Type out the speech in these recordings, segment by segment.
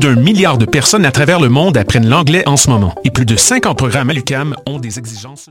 d'un milliard de personnes à travers le monde apprennent l'anglais en ce moment. Et plus de 50 programmes à l'UCAM ont des exigences.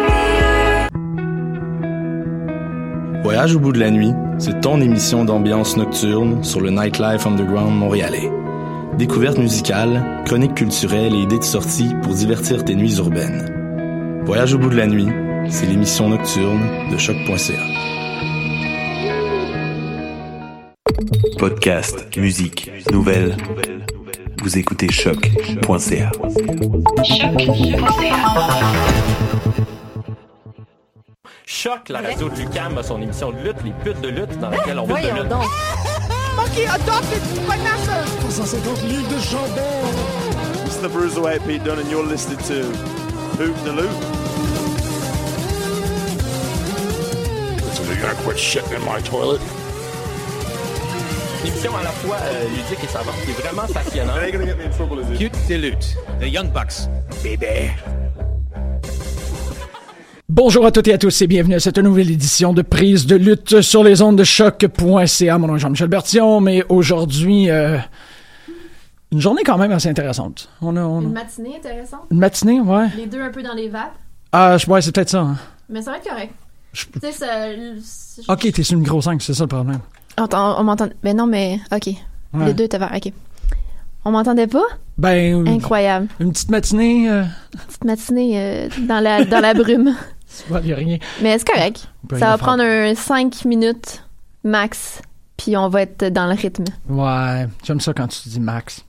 Voyage au bout de la nuit, c'est ton émission d'ambiance nocturne sur le Nightlife Underground montréalais. Découvertes musicales, chroniques culturelles et idées de sortie pour divertir tes nuits urbaines. Voyage au bout de la nuit, c'est l'émission nocturne de choc.ca. Podcast, musique, nouvelles. Vous écoutez choc.ca. Choc, la radio de Lucam a son émission de lutte, les putes de lutte, dans laquelle on parle de lutte. Ok, adopte les petites connasses! It's the Bruiser AP Dunn, and you're listening to Hoop the Loop. Une émission à la fois euh, ludique et savante qui est vraiment passionnante. They're gonna get me in trouble, is it? Bonjour à toutes et à tous et bienvenue à cette nouvelle édition de prise de lutte sur les ondes de choc.ca. Mon nom est Jean-Michel Bertillon, mais aujourd'hui, euh, une journée quand même assez intéressante. On a, on a- Une matinée intéressante. une matinée, ouais. Les deux un peu dans les vapes. Ah, je- ouais, c'est peut-être ça. hein. Mais ça va être correct. Je- Tu sais, ça- le- c'est- Ok, t'es sur une grosse angle, c'est ça le problème. Entend- on m'entend. Ben non, mais OK. Ouais. Les deux, t'as ver- OK. On m'entendait pas? Ben, une- Incroyable. une petite matinée, euh, Petite matinée euh, dans, la, dans la brume. tu vois, y a rien. Mais c'est correct. Ben, Ça il va va faire- prendre un 5 minutes max, puis on va être dans le rythme. Ouais, j'aime ça quand tu dis max.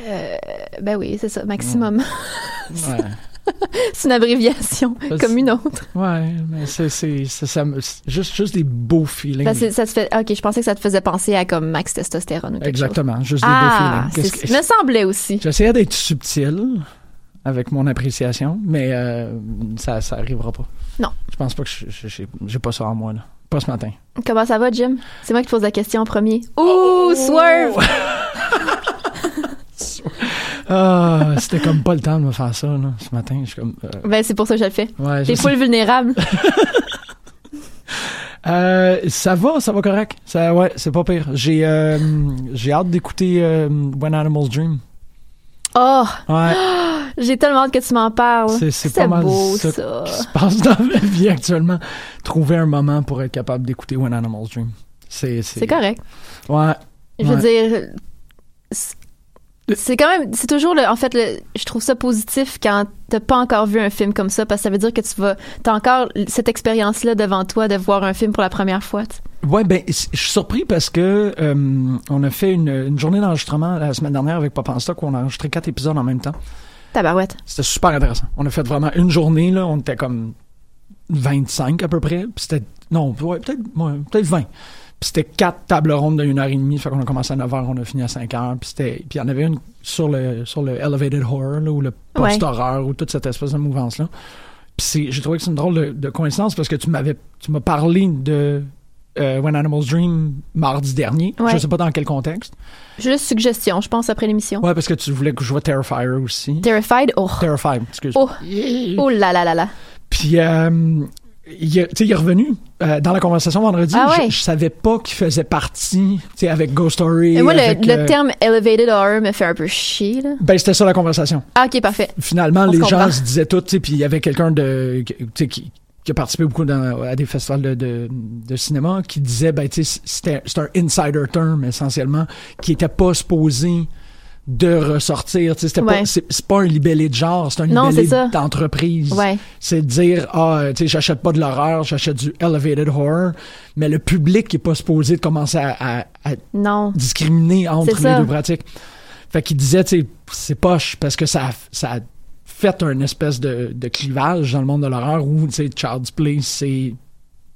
Euh, ben oui, c'est ça, maximum. Ouais, c'est une abréviation, c'est- comme une autre. ouais mais c'est, c'est, c'est- ça me- c'est juste, juste des beaux feelings. Parce que ça se fait... OK, je pensais que ça te faisait penser à comme max testostérone ou quelque chose. Exactement, juste des Ah, beaux feelings. c'est- Qu'est-ce que- me semblait aussi. J'essayais d'être subtil avec mon appréciation, mais euh, ça, ça arrivera pas. Non. Je pense pas que je- je- j'ai j'ai pas ça en moi, là. Pas ce matin. Comment ça va, Jim? C'est moi qui te pose la question en premier. Ouh, swerve! Ah, c'était comme pas le temps de me faire ça, là, ce matin. Je suis comme. euh, Ben, c'est pour ça que je le fais. ouais, je T'es sais. full vulnérable. Euh, ça va, ça va correct. Ça, ouais, c'est pas pire. J'ai euh, j'ai hâte d'écouter euh, When Animals Dream. Oh, Ouais, j'ai tellement hâte que tu m'en parles. c'est c'est pas mal beau, ça, ça. qui se passe dans ma vie actuellement. Trouver un moment pour être capable d'écouter When Animals Dream. C'est C'est correct. Ouais. Je veux Ouais. dire, c'est- c'est quand même, c'est toujours le, en fait, le- je trouve ça positif quand t'as pas encore vu un film comme ça, parce que ça veut dire que tu vas, t'as encore cette expérience-là devant toi de voir un film pour la première fois. tu sais. Ouais, ben, c- je suis surpris parce que euh, on a fait une, une journée d'enregistrement la semaine dernière avec Pop en Stock où on a enregistré quatre épisodes en même temps. Tabarouette. C'était super intéressant. On a fait vraiment une journée, là, on était comme 25 à peu près. Puis c'était. Non, ouais, peut-être ouais, peut-être 20. Puis c'était quatre tables rondes de 1 heure et demie. Fait qu'on a commencé à 9 heures, on a fini à 5 heures. Puis c'était. Puis il y en avait une sur le, sur le Elevated Horror, là, ou le post-horreur, ou toute cette espèce de mouvance-là. Puis c'est- j'ai trouvé que c'est une drôle de, de coïncidence parce que tu m'avais. Tu m'as parlé de euh, When Animals Dream mardi dernier. Ouais. Je sais pas dans quel contexte. Juste suggestion, je pense, après l'émission. Ouais, parce que tu voulais que je joue à Terrifier aussi. Terrified, oh. Terrified, excuse. Oh. oh là là là là. Puis, euh, il, est- tu sais, il est revenu euh, dans la conversation vendredi. Ah Je- ouais. je, savais pas qu'il faisait partie, tu sais, avec Ghost Story. Et moi, le, avec, le euh, terme elevated horror me fait un peu chier, là. Ben, c'était ça la conversation. Ah, ok, parfait. Finalement, On les se comprend. gens se disaient tout, tu sais, puis il y avait quelqu'un de, tu sais, qui, qui a participé beaucoup dans- à des festivals de, de- de cinéma qui disait, ben, tu sais, c'était- c'est un insider term, essentiellement, qui était pas supposé de ressortir. Tu sais, c'était pas- Ouais. c'est c'est pas un libellé de genre, c'est un Non, libellé c'est ça. d'entreprise. Ouais. C'est de dire, ah, euh, tu sais, j'achète pas de l'horreur, j'achète du elevated horror, mais le public est pas supposé de commencer à, à- à Non. Euh, discriminer entre C'est ça. les deux pratiques. Fait qu'il disait, tu sais, c'est poche, parce que ça, a- ça a fait une espèce de, de clivage dans le monde de l'horreur où, tu sais, Child's Play, c'est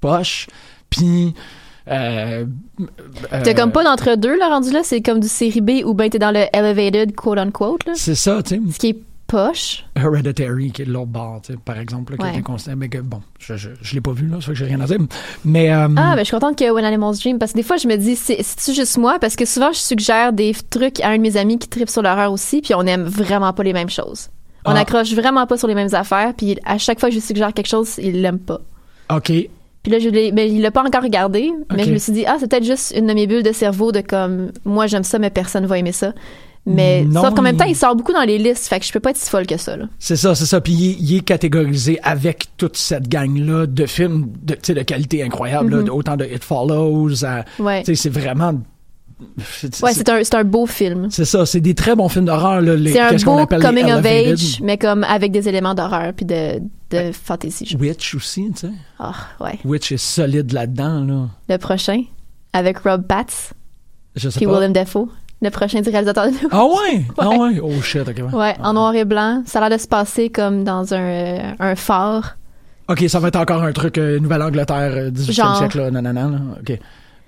poche, puis... Euh, euh, T'as comme pas d'entre-deux, là, rendu là. C'est comme du série B ou ben t'es dans le elevated, quote-unquote, là. C'est ça, tu sais. Ce qui est poche. Hereditary, qui est de l'autre bord, tu sais, par exemple, là, qui a Ouais. été considéré, mais que, bon, je, je, je l'ai pas vu, là, ça fait que j'ai rien à dire. Mais, euh, Ah, ben je suis contente que When Animals Dream, parce que des fois, je me dis, c'est- c'est-tu juste moi? Parce que souvent, je suggère des trucs à un de mes amis qui tripe sur l'horreur aussi, puis on aime vraiment pas les mêmes choses. On Ah. accroche vraiment pas sur les mêmes affaires, puis à chaque fois que je lui suggère quelque chose, il l'aime pas. Ah. OK, Puis là, je l'ai, mais il l'a pas encore regardé, mais Ok. je me suis dit, ah, c'est peut-être juste une de mes bulles de cerveau de comme, moi, j'aime ça, mais personne va aimer ça. Mais, Mm, Non, sauf qu'en même il- temps, il sort beaucoup dans les listes, fait que je peux pas être si folle que ça, là. c'est ça, c'est ça. Puis il, est- il est catégorisé avec toute cette gang-là de films de, tu sais, de qualité incroyable, là, Mhm. de- autant de It Follows à... Ouais. Tu sais, c'est vraiment... Ouais, c'est un, c'est un beau film. C'est ça, c'est des très bons films d'horreur. là, les- C'est un qu'est-ce qu'on beau appelle les coming of elevated. age, mais comme avec des éléments d'horreur puis de, de fantasy. je- Witch aussi, tu sais. Ah, ouais. Witch est solide là-dedans, là. Le prochain, avec Rob Batts Je sais puis pas. Willem Dafoe. Le prochain du réalisateur de Ah ouais? Ah ouais? Oh shit, ok. Ouais, en noir et blanc. Ça a l'air de se passer comme dans un, euh, un phare. Ok, ça va être encore un truc euh, Nouvelle-Angleterre, euh, 18e Genre. siècle, là, nanana, là. Ok.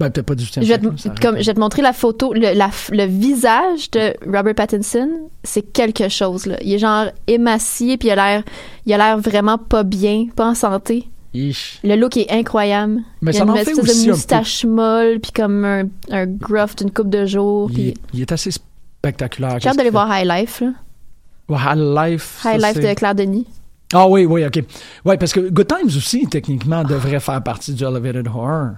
Ben, peut-être pas 18e Je vais, siècle. te, là, ça comme, arrête. je vais te montrer la photo. Le, la f- le visage de Robert Pattinson, c'est quelque chose. Là. Il est genre émacié, puis il a l'air il a l'air vraiment pas bien, pas en santé. Ish. Le look est incroyable. Mais il a ça une en fait espèce aussi un de moustache molle, puis comme un, un gruff d'une coupe de jour. Il, Puis... est- il est assez spectaculaire. J'ai hâte d'aller voir High Life. là. High Life. ça, High Life c'est- de Claire Denis. Ah oui, oui, ok. Ouais, parce que Good Times aussi, techniquement, devrait faire partie du Elevated Horror.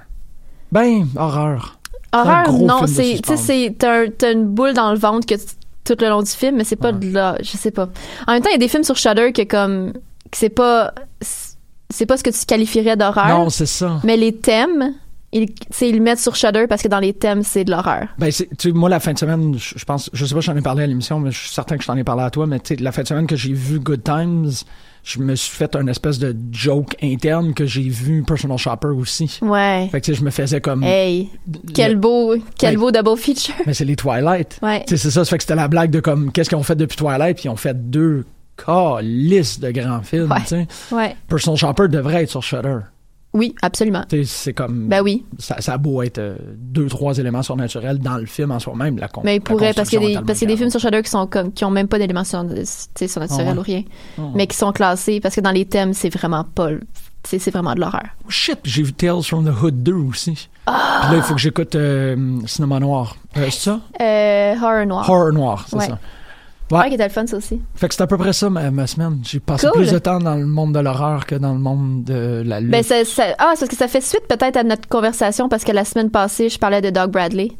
Ben, horreur. C'est un Horreur, gros film non, de c'est, tu sais, suspense. c'est- t'as, un- t'as une boule dans le ventre que tu- tout le long du film, mais c'est pas de là, je sais pas. En même temps, il y a des films sur Shudder que comme, que c'est pas, c'est pas ce que tu qualifierais d'horreur. Non, c'est ça. mais les thèmes, ils, tu sais, ils le mettent sur Shudder parce que dans les thèmes, c'est de l'horreur. Ben, c'est- tu sais, moi, la fin de semaine, je je pense, je sais pas si j'en ai parlé à l'émission, mais je suis certain que je t'en ai parlé à toi, mais tu sais, la fin de semaine que j'ai vu Good Times, je me suis fait un espèce de joke interne que j'ai vu Personal Shopper aussi. Ouais. Fait que, mm, tu sais, je me faisais comme. Hey, quel beau, quel Ouais. beau double feature. Mais c'est les Twilight. Ouais. Tu sais, c'est ça, ça fait que c'était la blague de comme, qu'est-ce qu'ils ont fait depuis Twilight, puis ils ont fait deux calices de grands films, Ouais. tu sais. Ouais. Personal Shopper devrait être sur Shudder. Oui, absolument. Tu sais, c'est comme. Ben oui. Ça, ça a beau être euh, deux, trois éléments surnaturels dans le film en soi-même. La con- Mais ils la pourraient, parce qu'il y construction a des, est parce qu'il y a tellement des films sur Shudder qui sont comme, qui ont même pas d'éléments sur, tu sais, surnaturels Ah ouais. ou rien, Ah ouais. mais qui sont classés parce que dans les thèmes, c'est vraiment pas, le- c'est c'est vraiment de l'horreur. Oh shit, j'ai vu Tales from the Hood 2 aussi. Ah! Puis là, il faut que j'écoute euh, Cinéma Noir. Euh, c'est ça? Euh, horror noir. Horror Noir, c'est Ouais. ça. Ouais, Ouais. qui était le fun, ça aussi. Fait que c'est à peu près ça ma, ma semaine. J'ai passé Cool. plus de temps dans le monde de l'horreur que dans le monde de la lutte. Ben, ça, ça- ah, c'est parce que ça fait suite peut-être à notre conversation parce que la semaine passée, je parlais de Doug Bradley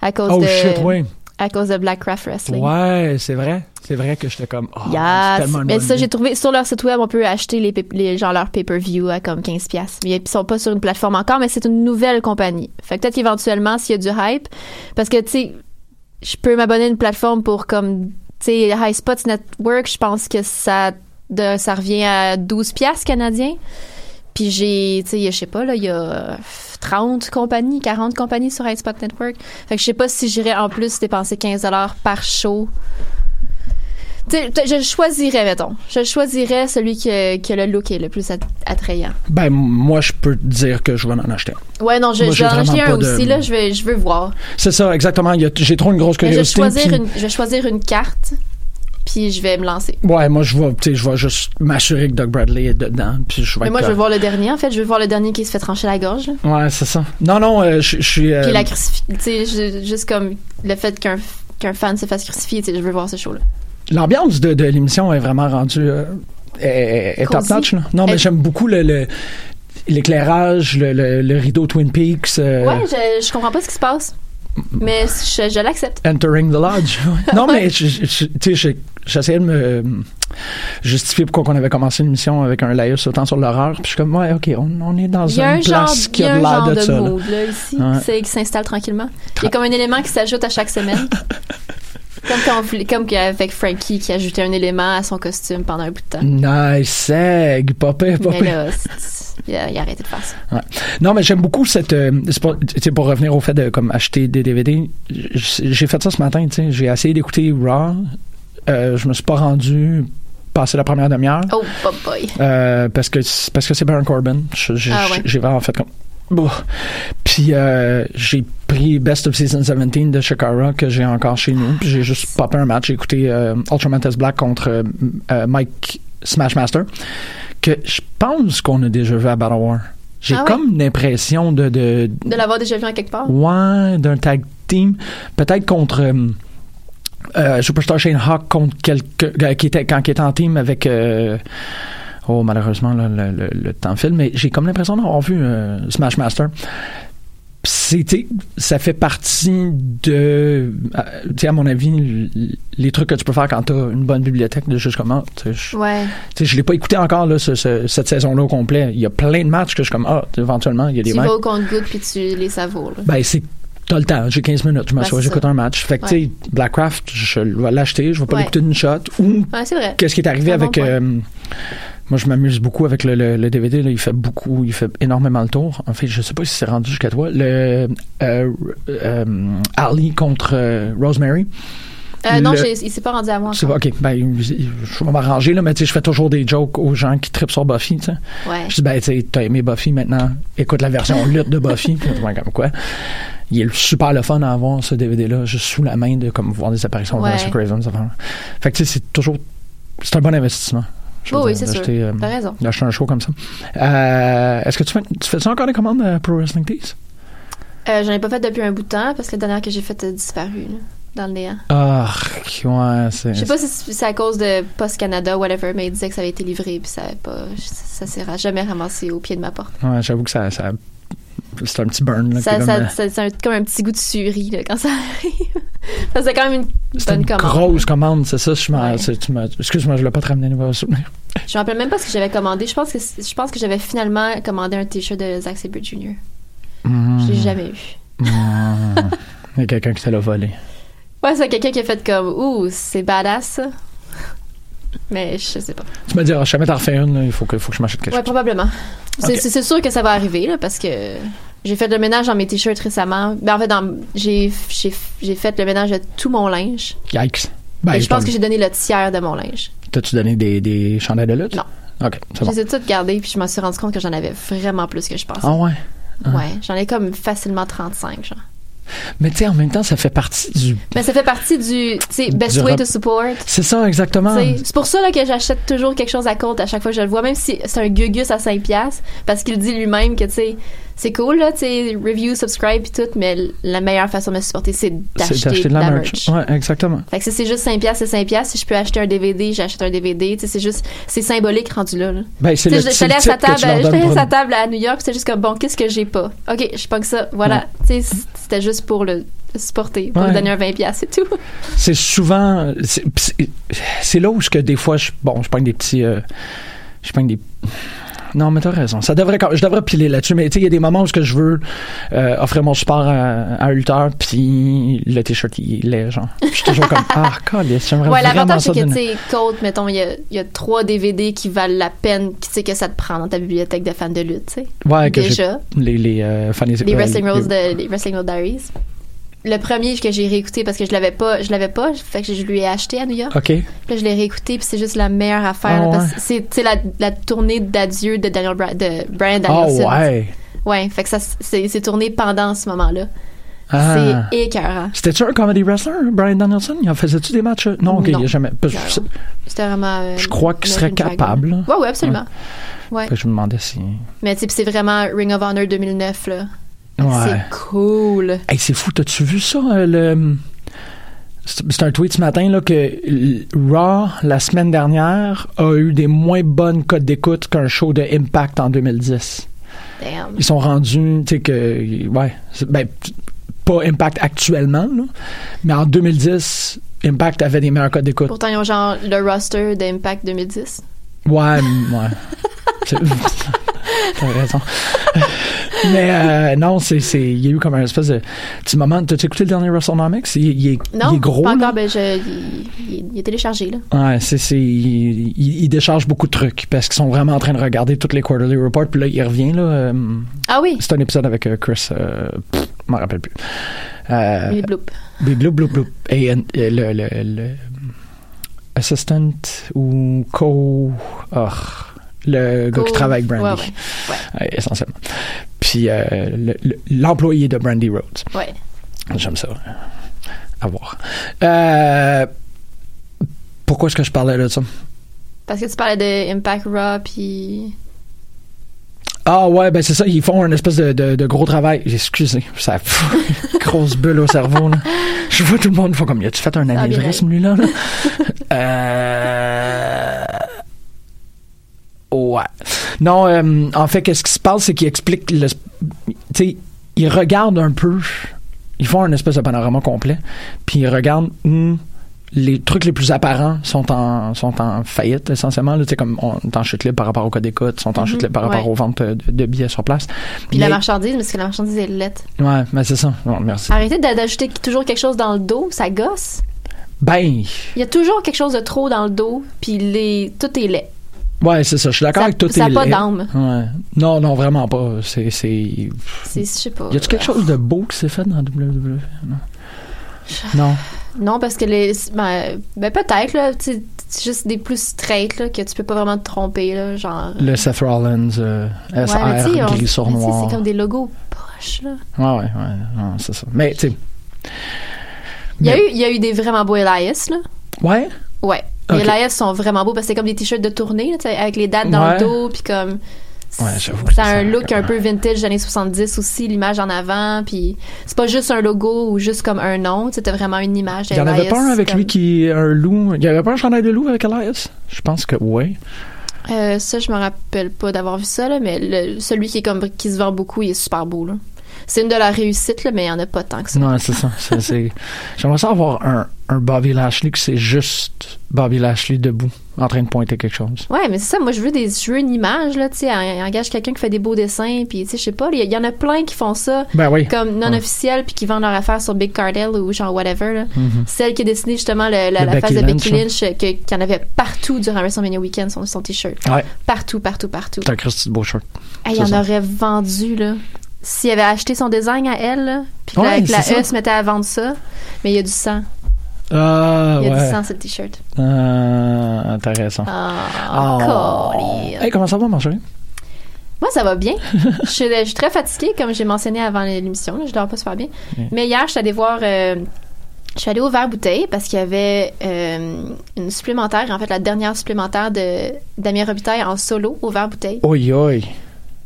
à cause oh de, shit, ouais. à cause de Blackcraft Wrestling. Ouais, c'est vrai. C'est vrai que j'étais comme. Oh, c'est Yes. tellement une Mais bonne ça, idée. j'ai trouvé sur leur site web, on peut acheter les, pay- les genre leur pay-per-view à comme 15 pièces. Mais ils sont pas sur une plateforme encore, mais c'est une nouvelle compagnie. Fait que peut-être qu'éventuellement s'il y a du hype parce que tu sais je peux m'abonner à une plateforme pour comme tu sais High Spots Network, je pense que ça de, ça revient à 12 pièces canadiens. Puis j'ai, tu sais, je sais pas, là, il y a 30 compagnies, 40 compagnies sur High Spot Network. Fait que je sais pas si j'irais en plus dépenser 15 par show tu sais, peut-être je le choisirais, mettons. Je le choisirais celui que, que le look est le plus at- attrayant. Ben, moi, je peux te dire que je vais en acheter. un. Ouais, non, je, Moi, je j'ai vais en acheter vraiment un pas de- aussi, là. Je veux, je veux voir. C'est ça, exactement. Il y a- J'ai trop une grosse Mais je, vais curiosité. choisir puis- une, je vais choisir une carte. puis je vais me lancer. Ouais, moi, je vais, tu sais, je vais juste m'assurer que Doug Bradley est dedans, puis je vais Mais être moi, je veux correct. voir le dernier, en fait. Je veux voir le dernier qui se fait trancher la gorge. là. Ouais, c'est ça. Non, non, euh, je je suis. euh, Puis la crucifixion, tu sais, ju- juste comme le fait qu'un qu'un fan se fasse crucifier, tu sais, je veux voir ce show-là. L'ambiance de, de l'émission est vraiment rendue euh, est, est top Cosy. notch. Là. Non, mais Elle- j'aime beaucoup le, le- l'éclairage, le, le- le rideau Twin Peaks. euh, Ouais, je, je comprends pas ce qui se passe, mais je, je l'accepte. Entering the Lodge. Ouais. non, mais je- je- je- tu sais, j'ai- j'essayais de me euh, justifier pourquoi on avait commencé l'émission avec un laïus autant sur l'horreur. Puis je suis comme, ouais, OK, on, on est dans Il y a un une genre, place il qui y a a un de l'air genre de, de, ça. là. mood là, ici, Ouais. c'est qui s'installe tranquillement. Il y a comme un élément qui s'ajoute à chaque semaine. comme quand on voulait- comme qu'il y a avec Frankie qui ajoutait un élément à son costume pendant un bout de temps. Nice, seg, popé, Mais popé. là, c'est- c'est- il a, il a arrêté de faire ça. Ouais. Non, mais j'aime beaucoup cette. euh, c'est pour, tu sais, pour revenir au fait de comme acheter des DVD, j- j'ai fait ça ce matin. tu sais. J'ai essayé d'écouter Raw. Euh, je me suis pas rendu passer la première demi-heure Oh, boy, boy. Euh, parce que c'est- parce que c'est Baron Corbin. Je- je- Ah ouais. J'ai vraiment fait comme. Bouh. Puis euh, j'ai pris Best of Season 17 de Shakara que j'ai encore chez nous. Puis j'ai juste popé un match. J'ai écouté euh, Ultraman Test Black contre euh, m- euh, Mike Smashmaster que je pense qu'on a déjà vu à Battle War. J'ai Ah ouais? comme l'impression de, de, De l'avoir déjà vu en quelque part. ouais, d'un tag team. Peut-être contre euh, euh, Superstar Shane Hawk contre quelqu'un euh, qui était quand qui était en team avec euh, Oh malheureusement là, le, le- le temps file, mais j'ai comme l'impression d'avoir vu euh, Smash Master. Pis c'est, tu sais, ça fait partie de, euh, tu sais, à mon avis, l- les trucs que tu peux faire quand t'as une bonne bibliothèque de juste comment. tu sais, je- Ouais. tu sais, je l'ai pas écouté encore là, ce- ce- cette saison-là au complet. Il y a plein de matchs que je suis comme ah, éventuellement il y a des Tu matchs. vas au compte-goutte puis tu les savoures. là. Ben, c'est. T'as le temps, j'ai 15 minutes, je m'assois, Ben, c'est j'écoute ça. un match. Fait que, Ouais. tu sais, Blackcraft, je vais l'acheter, je vais pas Ouais. l'écouter d'une shot. Ou, Ouais, c'est vrai. qu'est-ce qui est arrivé Un bon avec. point. euh, moi, je m'amuse beaucoup avec le, le- le DVD, là, il fait beaucoup, il fait énormément le tour. En fait, je sais pas si c'est rendu jusqu'à toi. Le. euh, euh, Ali contre euh, Rosemary. Euh, non, le- j'ai- il s'est pas rendu à moi. C'est encore. OK, ben, je vais m'arranger, là, mais tu sais, je fais toujours des jokes aux gens qui tripent sur Buffy, tu sais. Ouais. Je dis, ben, tu sais, t'as aimé Buffy maintenant, écoute la version lutte de Buffy. Puis, ouais, comme quoi. Il est super le fun à avoir ce DVD-là, juste sous la main de comme voir des apparitions Ouais. de Vanessa Craven. ça fait- Fait que, tu sais, c'est toujours. C'est un bon investissement. je veux Oui, oui, dire, c'est sûr. d'acheter, euh, T'as raison. D'acheter un show comme ça. Euh, Est-ce que tu fais, tu fais ça encore des commandes euh, Pro Wrestling Tees? Euh, J'en ai pas fait depuis un bout de temps parce que la dernière que j'ai faite a disparu là, dans le néant. Ah, ouais, c'est. Je sais pas si c'est c'est à cause de Post Canada, whatever, mais il disait que ça avait été livré puis ça avait pas, ça, ça s'est ra- jamais ramassé au pied de ma porte. Ouais, j'avoue que ça. ça c'est un petit burn, là. que Ça, t'es comme, euh, ça, ça- c'est un- comme un petit goût de surie là, quand ça arrive. ça c'est quand même une C'était bonne une commande. grosse commande, c'est ça. Je m'en- c'est- tu m'as- Excuse-moi, je l'ai pas te ramené nouveau souvenir. Je me rappelle même pas ce que j'avais commandé. Je pense que c'est- je pense que j'avais finalement commandé un t-shirt de Zack Sabre Jr. Mm-hmm. Je l'ai jamais eu. Mmh. Il y a quelqu'un qui te l'a volé. Ouais, c'est quelqu'un qui a fait comme ouh, c'est badass. ça. Mais je sais pas. Tu me diras, je jamais t'en refais une, là, il faut que, faut que je m'achète quelque Ouais, chose. probablement. C'est Ok. c'est- c'est sûr que ça va arriver, là, parce que j'ai fait le ménage dans mes t-shirts récemment. Ben, en fait, dans- j'ai j'ai- j'ai fait le ménage de tout mon linge. Yikes. Ben, et je c'est pas- pense que j'ai donné le tiers de mon linge. T'as-tu donné des, des chandelles de lutte? Non. Ok, c'est Je bon. les ai toutes gardées, puis je m'en suis rendu compte que j'en avais vraiment plus que je pensais. Ah ouais. Ouais, j'en ai comme facilement 35, genre. Mais tu sais, en même temps, ça fait partie du. Mais ça fait partie du, tu sais, best Du way rep- to support. C'est ça, exactement. Tu sais, C'est pour ça là, que j'achète toujours quelque chose à compte à chaque fois que je le vois, même si c'est un gugus à 5 piastres, parce qu'il dit lui-même que, tu sais, c'est cool, là, tu sais, review, subscribe et tout, mais l- la meilleure façon de me supporter, c'est C'est d'acheter de la merch. Ouais, exactement. Fait que si c'est juste 5 piastres, c'est 5 piastres. Si je peux acheter un DVD, j'achète un DVD. Tu sais, c'est juste, c'est symbolique rendu là. là. Ben, c'est Tu sais, le je- c'est le j'étais allée à type sa que table, tu leur donnes j'étais allée à pour- sa table à New York, c'était juste comme bon, qu'est-ce que j'ai pas Ok, je pogne ça, voilà. Tu sais, c- c'était juste pour le supporter, pour Ouais. lui donner un 20 piastres, c'est tout. C'est souvent. c'est- c'est- C'est là où ce que des fois, je, bon, je prends des petits. euh, je prends des. Non, mais t'as raison. Ça devrait, quand- je devrais piler là-dessus, mais tu sais, il y a des moments où ce que je veux euh, offrir mon support à, à un lutteur, puis le t-shirt, il est laid, genre. Je suis toujours comme, ah, calisse, j'aimerais Ouais, vraiment l'avantage, ça c'est que, donner- tu sais, Colt, mettons, il y a, il y a trois DVD qui valent la peine, qui tu sais que ça te prend dans ta bibliothèque de fans de lutte, tu sais. Ouais, que Déjà. j'ai- Les, les, euh, fan- Les euh, Wrestling les- Rules de les Wrestling Rules Diaries. Le premier que j'ai réécouté parce que je l'avais pas, je l'avais pas, fait que je lui ai acheté à New York. OK. Puis là, je l'ai réécouté, puis c'est juste la meilleure affaire. Ah là, parce ouais. que c'est tu sais, la, la tournée d'adieu de Daniel Bra- de Brian Ah Danielson. ouais. Ouais, fait que ça c'est c'est tourné pendant ce moment-là. Ah. C'est écœurant. C'était-tu un comedy wrestler, Brian Danielson? Il en faisait-tu des matchs? Non, ok, Non. il a jamais. parce que Non, je- non. C'était vraiment. euh, Je crois qu'il serait American Dragon. capable. là. Ouais, ouais, absolument. Ouais. Fait que je me demandais si. Mais tu sais, puis c'est vraiment Ring of Honor 2009, là. Ouais. C'est cool. Hey, c'est fou, t'as-tu vu ça? euh, le... C'est c'est un tweet ce matin là, que l- Raw, la semaine dernière, a eu des moins bonnes cotes d'écoute qu'un show de Impact en 2010. Damn. Ils sont rendus, tu sais, que. Ouais. c'est- Ben, p- pas Impact actuellement, là, mais en 2010, Impact avait des meilleurs codes d'écoute. Pourtant, ils ont genre le roster d'Impact 2010. Ouais, m- ouais. C'est- T'as raison. Mais euh, non, c'est, c'est, il y a eu comme un espèce de petit moment. T'as-tu écouté le dernier WrestleNomics? Il, il est, Non, il est gros. pas là. encore. Ben, je, il, il- il est téléchargé, là. Ouais, c'est, c'est, il, il- il décharge beaucoup de trucs parce qu'ils sont vraiment en train de regarder toutes les quarterly reports. Puis là, il revient. Là, euh, Ah oui. C'est un épisode avec euh, Chris. euh, pff, je m'en rappelle plus. Euh, Il est bloop. des bloop, bloop, bloop. Et euh, le, le, le assistant ou co... ah, le gars qui Co- travaille avec Brandy. ouais, Ouais, essentiellement. Puis euh, le- le- l'employé de Brandy Rhodes. Ouais. J'aime ça. À voir. Euh, pourquoi est-ce que je parlais de ça? Parce que tu parlais de Impact Raw, puis. Ah ouais, ben c'est ça, ils font un espèce de, de- de gros travail. Excusez, ça pff, grosse bulle au cerveau. Là. Je vois tout le monde font comme, y a-tu fait un Ah, anévrisme lui-là? là? Euh, Ouais. Non, euh, en fait, qu'est-ce qui se passe, c'est qu'ils expliquent... le- Tu sais, ils regardent un peu... Ils font un espèce de panorama complet, puis ils regardent... hmm, les trucs les plus apparents sont en, sont en faillite, essentiellement. Là, Tu sais, comme on est en chute libre par rapport au code d'écoute, sont en Mhm, chute libre par rapport ouais. aux ventes euh, de, de billets sur place. Puis la Mais- marchandise, parce que la marchandise est lette. Ouais, mais c'est ça. Bon, merci. Arrêtez d'a- d'ajouter toujours quelque chose dans le dos, ça gosse. Ben, Il y a toujours quelque chose de trop dans le dos, puis les... tout est laid. ouais, c'est ça. Je suis d'accord Ça- avec tout. ça a est pas laid. d'âme. Ouais. Non, non, vraiment pas. C'est, c'est. C'est, je sais pas. Y a-tu quelque chose de beau qui s'est fait dans WWE Non. Non. Non, parce que les. Ben, ben peut-être, là. tu sais, C'est juste des plus straight, là, que tu peux pas vraiment te tromper, là. Genre. Le Seth Rollins, euh, Ouais, mais tu sais, SR, on- gris sur mais tu sais, noir. C'est comme des logos poches, là. Ouais, ouais, ouais. Non, c'est ça. Mais tu sais. Il y, a Mais- eu, il y a eu des vraiment beaux Elias, là. Ouais. Ouais. Ok. Les Elias sont vraiment beaux parce que c'est comme des t-shirts de tournée, là, tu sais, avec les dates dans Ouais. le dos, puis comme. Ouais, j'avoue. Ça a un look un peu vintage des années 70 aussi, l'image en avant, puis c'est pas juste un logo ou juste comme un nom, tu sais, t'as vraiment une image. Il y en avait d'Elias, pas un avec comme- lui qui est un loup. Il y avait pas un chandail de loup avec Elias? Je pense que oui. Euh, ça, je me rappelle pas d'avoir vu ça, là, mais le- celui qui, est comme, qui se vend beaucoup, il est super beau. Là. C'est une de leurs réussites, là, mais il y en a pas tant que ça. Non, c'est ça. C'est- c'est- J'aimerais ça avoir un, un Bobby Lashley que c'est juste Bobby Lashley debout, en train de pointer quelque chose. Ouais, mais c'est ça, moi, je veux, des, je veux une image, là, tu sais, en- engage quelqu'un qui fait des beaux dessins, puis, tu sais, je sais pas, il y, y en a plein qui font ça, Ben oui. comme non Ouais. officiel, puis qui vendent leur affaire sur Big Cardell ou genre whatever, là. Mhm. Celle qui a dessiné justement le- la, Le la face Becky de Becky Lynch, hein. Lynch, euh, que- qu'il y en avait partout durant WrestleMania Weekend, son, son t-shirt. Ouais. Partout, partout, partout. C'est un Christy de beau shirt. Hey, C'est il en ça. aurait vendu, là. S'il avait acheté son design à elle, là, puis que Ouais, la- que la, c'est ça. E se mettait à vendre ça, mais il y a du sang. Ah, il y a du ouais. sang, sur le t-shirt. Ah, intéressant. Ah, Colin. Hey, comment ça va, mon chéri? Moi, ça va bien. je, suis, je suis très fatiguée, comme j'ai mentionné avant l'émission. là, Je dors pas super bien. Mm. Mais hier, je suis allée voir... euh, je suis allée au verre bouteille parce qu'il y avait euh, une supplémentaire, en fait, la dernière supplémentaire de Damien Robitaille en solo au verre bouteille. Oi, oi.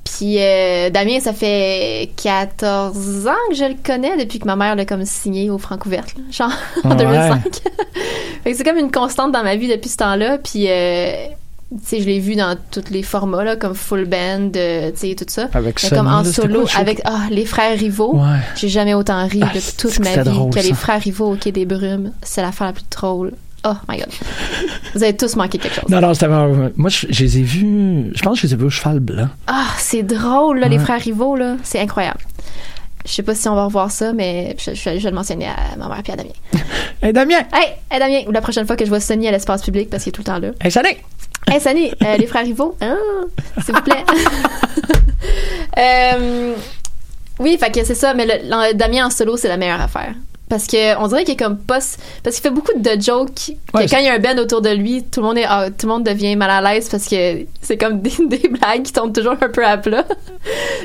Puis euh, Damien, ça fait 14 ans que je le connais depuis que ma mère l'a comme signé au Francouverte, là, genre en Ouais. 2005. fait que c'est comme une constante dans ma vie depuis ce temps-là. Puis euh, tu sais, je l'ai vu dans tous les formats là, comme full band, euh, tu sais, tout ça. Avec Mais Sonny, comme en là, c'était solo quoi le show avec ah, les frères Rivaux. Ouais. J'ai jamais autant ri Ah, depuis toute c'est que ma c'était vie drôle, que ça. les frères Rivaux au Quai des Brumes. C'est l'affaire la plus drôle. Oh my god. Vous avez tous manqué quelque chose. Non, non, c'était vraiment... Moi, je, je les ai vus... Je pense que je les ai vus au cheval blanc. Ah, c'est drôle, là, les Ouais. frères rivaux, là. C'est incroyable. Je sais pas si on va revoir ça, mais je, je- je vais le mentionner à ma mère et à Damien. Hey, Damien! Hey, hey, Damien, ou la prochaine fois que je vois Sonny à l'espace public parce qu'il est tout le temps là. Hey, Sonny! Hey, Sonny, euh, les frères rivaux, hein, s'il vous plaît. Euh, oui, fait que c'est ça, mais le- le- Damien en solo, c'est la meilleure affaire. Parce que on dirait qu'il est comme boss parce qu'il fait beaucoup de jokes. Ouais, que quand il y a un Ben autour de lui, tout le monde est ah, tout le monde devient mal à l'aise parce que c'est comme des, des blagues qui tombent toujours un peu à plat.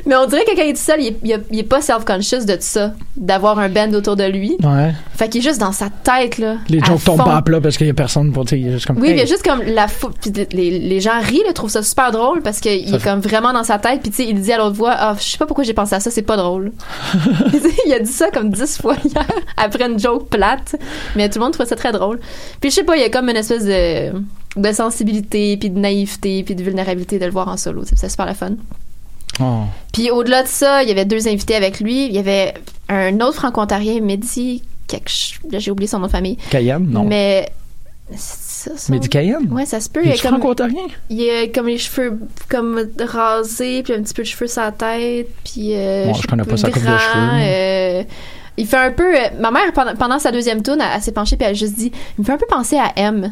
Mais on dirait que quand il est tout seul, il, est- il, est- il est pas self conscious de tout ça, d'avoir un Ben autour de lui. Ouais. Fait qu'il est juste dans sa tête là. Les à jokes tombent fond. pas à plat parce qu'il y a personne pour. tu sais, Il est juste comme. Oui, hey. mais juste comme la fou... puis les, les gens rient, le trouvent ça super drôle parce qu'il Ça est fait- comme vraiment dans sa tête. Puis tu sais, il dit à l'autre voix, ah, je sais pas pourquoi j'ai pensé à ça, c'est pas drôle. Tu sais, il a dit ça comme dix fois hier après une joke plate, mais tout le monde trouvait ça très drôle. Puis je sais pas, il y a comme une espèce de, de sensibilité, puis de naïveté, puis de vulnérabilité de le voir en solo. tu sais, C'est super le fun. Oh. Puis au-delà de ça, il y avait deux invités avec lui. Il y avait un autre franco-ontarien, Mehdi, quelque... ch- là, j'ai oublié son nom de famille. Cayenne, non. Mais. c'est ça, son- Mehdi Cayenne? Ouais, ça se peut. Il Il, est a comme, franco-ontarien? il a comme les cheveux comme rasés, puis un petit peu de cheveux sur la tête, puis. euh, Bon, je connais pas sa coupe de grand, cheveux. euh, il fait un peu. euh, ma mère, pendant, pendant sa deuxième tourne, elle, elle s'est penchée, puis elle a juste dit Il me fait un peu penser à M.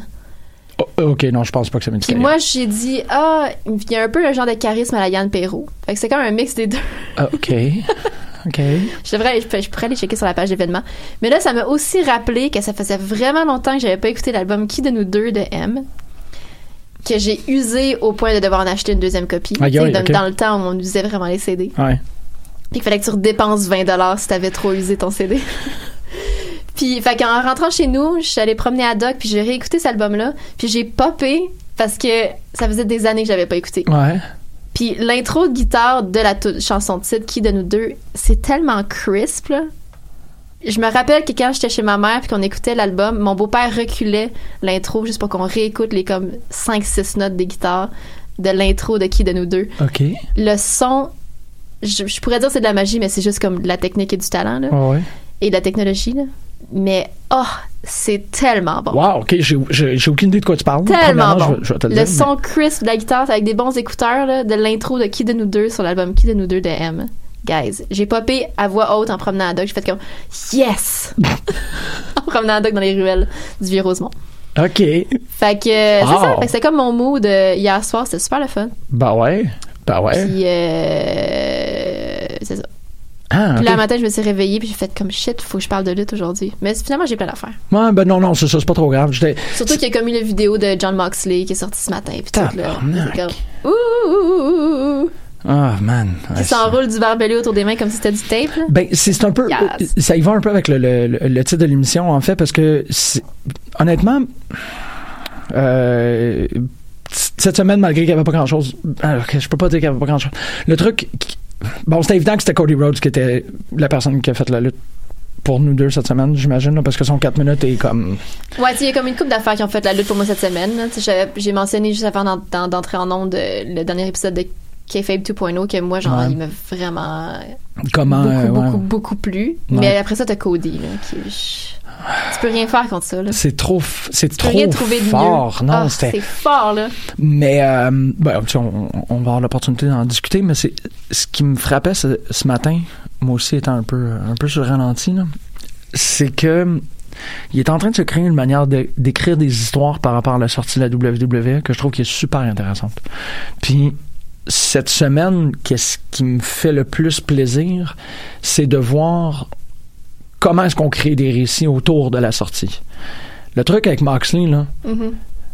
Oh, ok, non, je pense pas que c'est Mehdi Puis Cayenne. moi, j'ai dit Ah, il y a un peu le genre de charisme à la Yann Perrault. Fait que c'est comme un mix des deux. Ah, ok. ok. Je devrais, je, peux- je pourrais aller checker sur la page d'événements. Mais là, ça m'a aussi rappelé que ça faisait vraiment longtemps que j'avais pas écouté l'album Qui de nous deux de M. Que j'ai usé au point de devoir en acheter une deuxième copie. Aïe, Tu sais, aïe, dans, ok. dans le temps où on usait vraiment les CD. Ouais. Puis qu'il fallait que tu redépenses 20 si t'avais trop usé ton CD. puis, fait qu'en rentrant chez nous, je suis allée promener à Doc, puis j'ai réécouté cet album-là, puis j'ai popé parce que ça faisait des années que j'avais pas écouté. Ouais. Puis l'intro de guitare de la tou- chanson de titre qui de nous deux, c'est tellement crisp. là. Je me rappelle que quand j'étais chez ma mère puis qu'on écoutait l'album, mon beau-père reculait l'intro juste pour qu'on réécoute les comme 5 6 notes des guitares de l'intro de qui de nous deux. Ok. Le son je, je pourrais dire c'est de la magie mais c'est juste comme de la technique et du talent là. Ouais, ouais. et de la technologie là. Mais oh, c'est tellement bon. Wow, ok, j'ai- j'ai j'ai aucune idée de quoi tu parles. Tellement Premièrement, bon. je vais- je vais te le le, dire, son crisp de la guitare avec des bons écouteurs là, de l'intro de Qui de nous deux sur l'album Qui de nous deux de M. Guys, j'ai popé à voix haute en promenant à Doc. J'ai fait comme Yes! en promenant à Doc dans les ruelles du vieux Rosemont. mais- Ok. Fait que euh, c'est Wow. ça. Fait que c'est comme mon mood euh, hier soir. C'était super le fun. Bah ouais. Bah ouais. Puis euh, c'est ça. Ah, Puis ok. là, le matin, je me suis réveillée. Puis j'ai fait comme Shit, faut que je parle de lutte aujourd'hui. Mais finalement, j'ai plein d'affaires. Ouais, ben non, non, c'est ça, c'est pas trop grave. J'étais. Surtout qu'il y a comme eu la vidéo de John Moxley qui est sortie ce matin. Puis tout, là. Tabarnak. C'est comme, Ouh, ouh, ouh, ouh, ouh. Ah, man. qui Ouais, s'enroule du barbelé autour des mains comme si c'était du tape. là. Ben, c'est c'est un peu. Yes. Ça y va un peu avec le, le- le- le titre de l'émission, en fait, parce que, c'est- honnêtement, euh, cette semaine, malgré qu'il n'y avait pas grand-chose, alors que je peux pas dire qu'il n'y avait pas grand-chose. Le truc. qui- Bon, c'était évident que c'était Cody Rhodes qui était la personne qui a fait la lutte pour nous deux cette semaine, j'imagine, là, parce que son 4 minutes est comme. Ouais, tu sais, il y a comme une couple d'affaires qui ont fait la lutte pour moi cette semaine. là. Tu sais, j'avais- J'ai mentionné juste avant d'en- d'en- d'entrer en onde euh, le dernier épisode de K-Fabe 2.0 que moi, genre, Ouais. il m'a vraiment Comment. beaucoup, euh, ouais. beaucoup, beaucoup plu. Mais après ça, t'as Cody, là, qui... Tu peux rien faire contre ça, là. C'est trop, f- c'est Tu peux rien trop trouver de fort. mieux. Non, Ah, c'était. c'est fort, là. Mais euh, ben, tu sais, on, on va avoir l'opportunité d'en discuter, mais c'est ce qui me frappait ce, ce matin, moi aussi étant un peu un peu sur le ralenti, là, c'est que il est en train de se créer une manière de- d'écrire des histoires par rapport à la sortie de la WWE que je trouve qui est super intéressante. Puis cette semaine, qu'est-ce qui me fait le plus plaisir, c'est de voir comment est-ce qu'on crée des récits autour de la sortie. Le truc avec Moxley, là, Mm-hmm.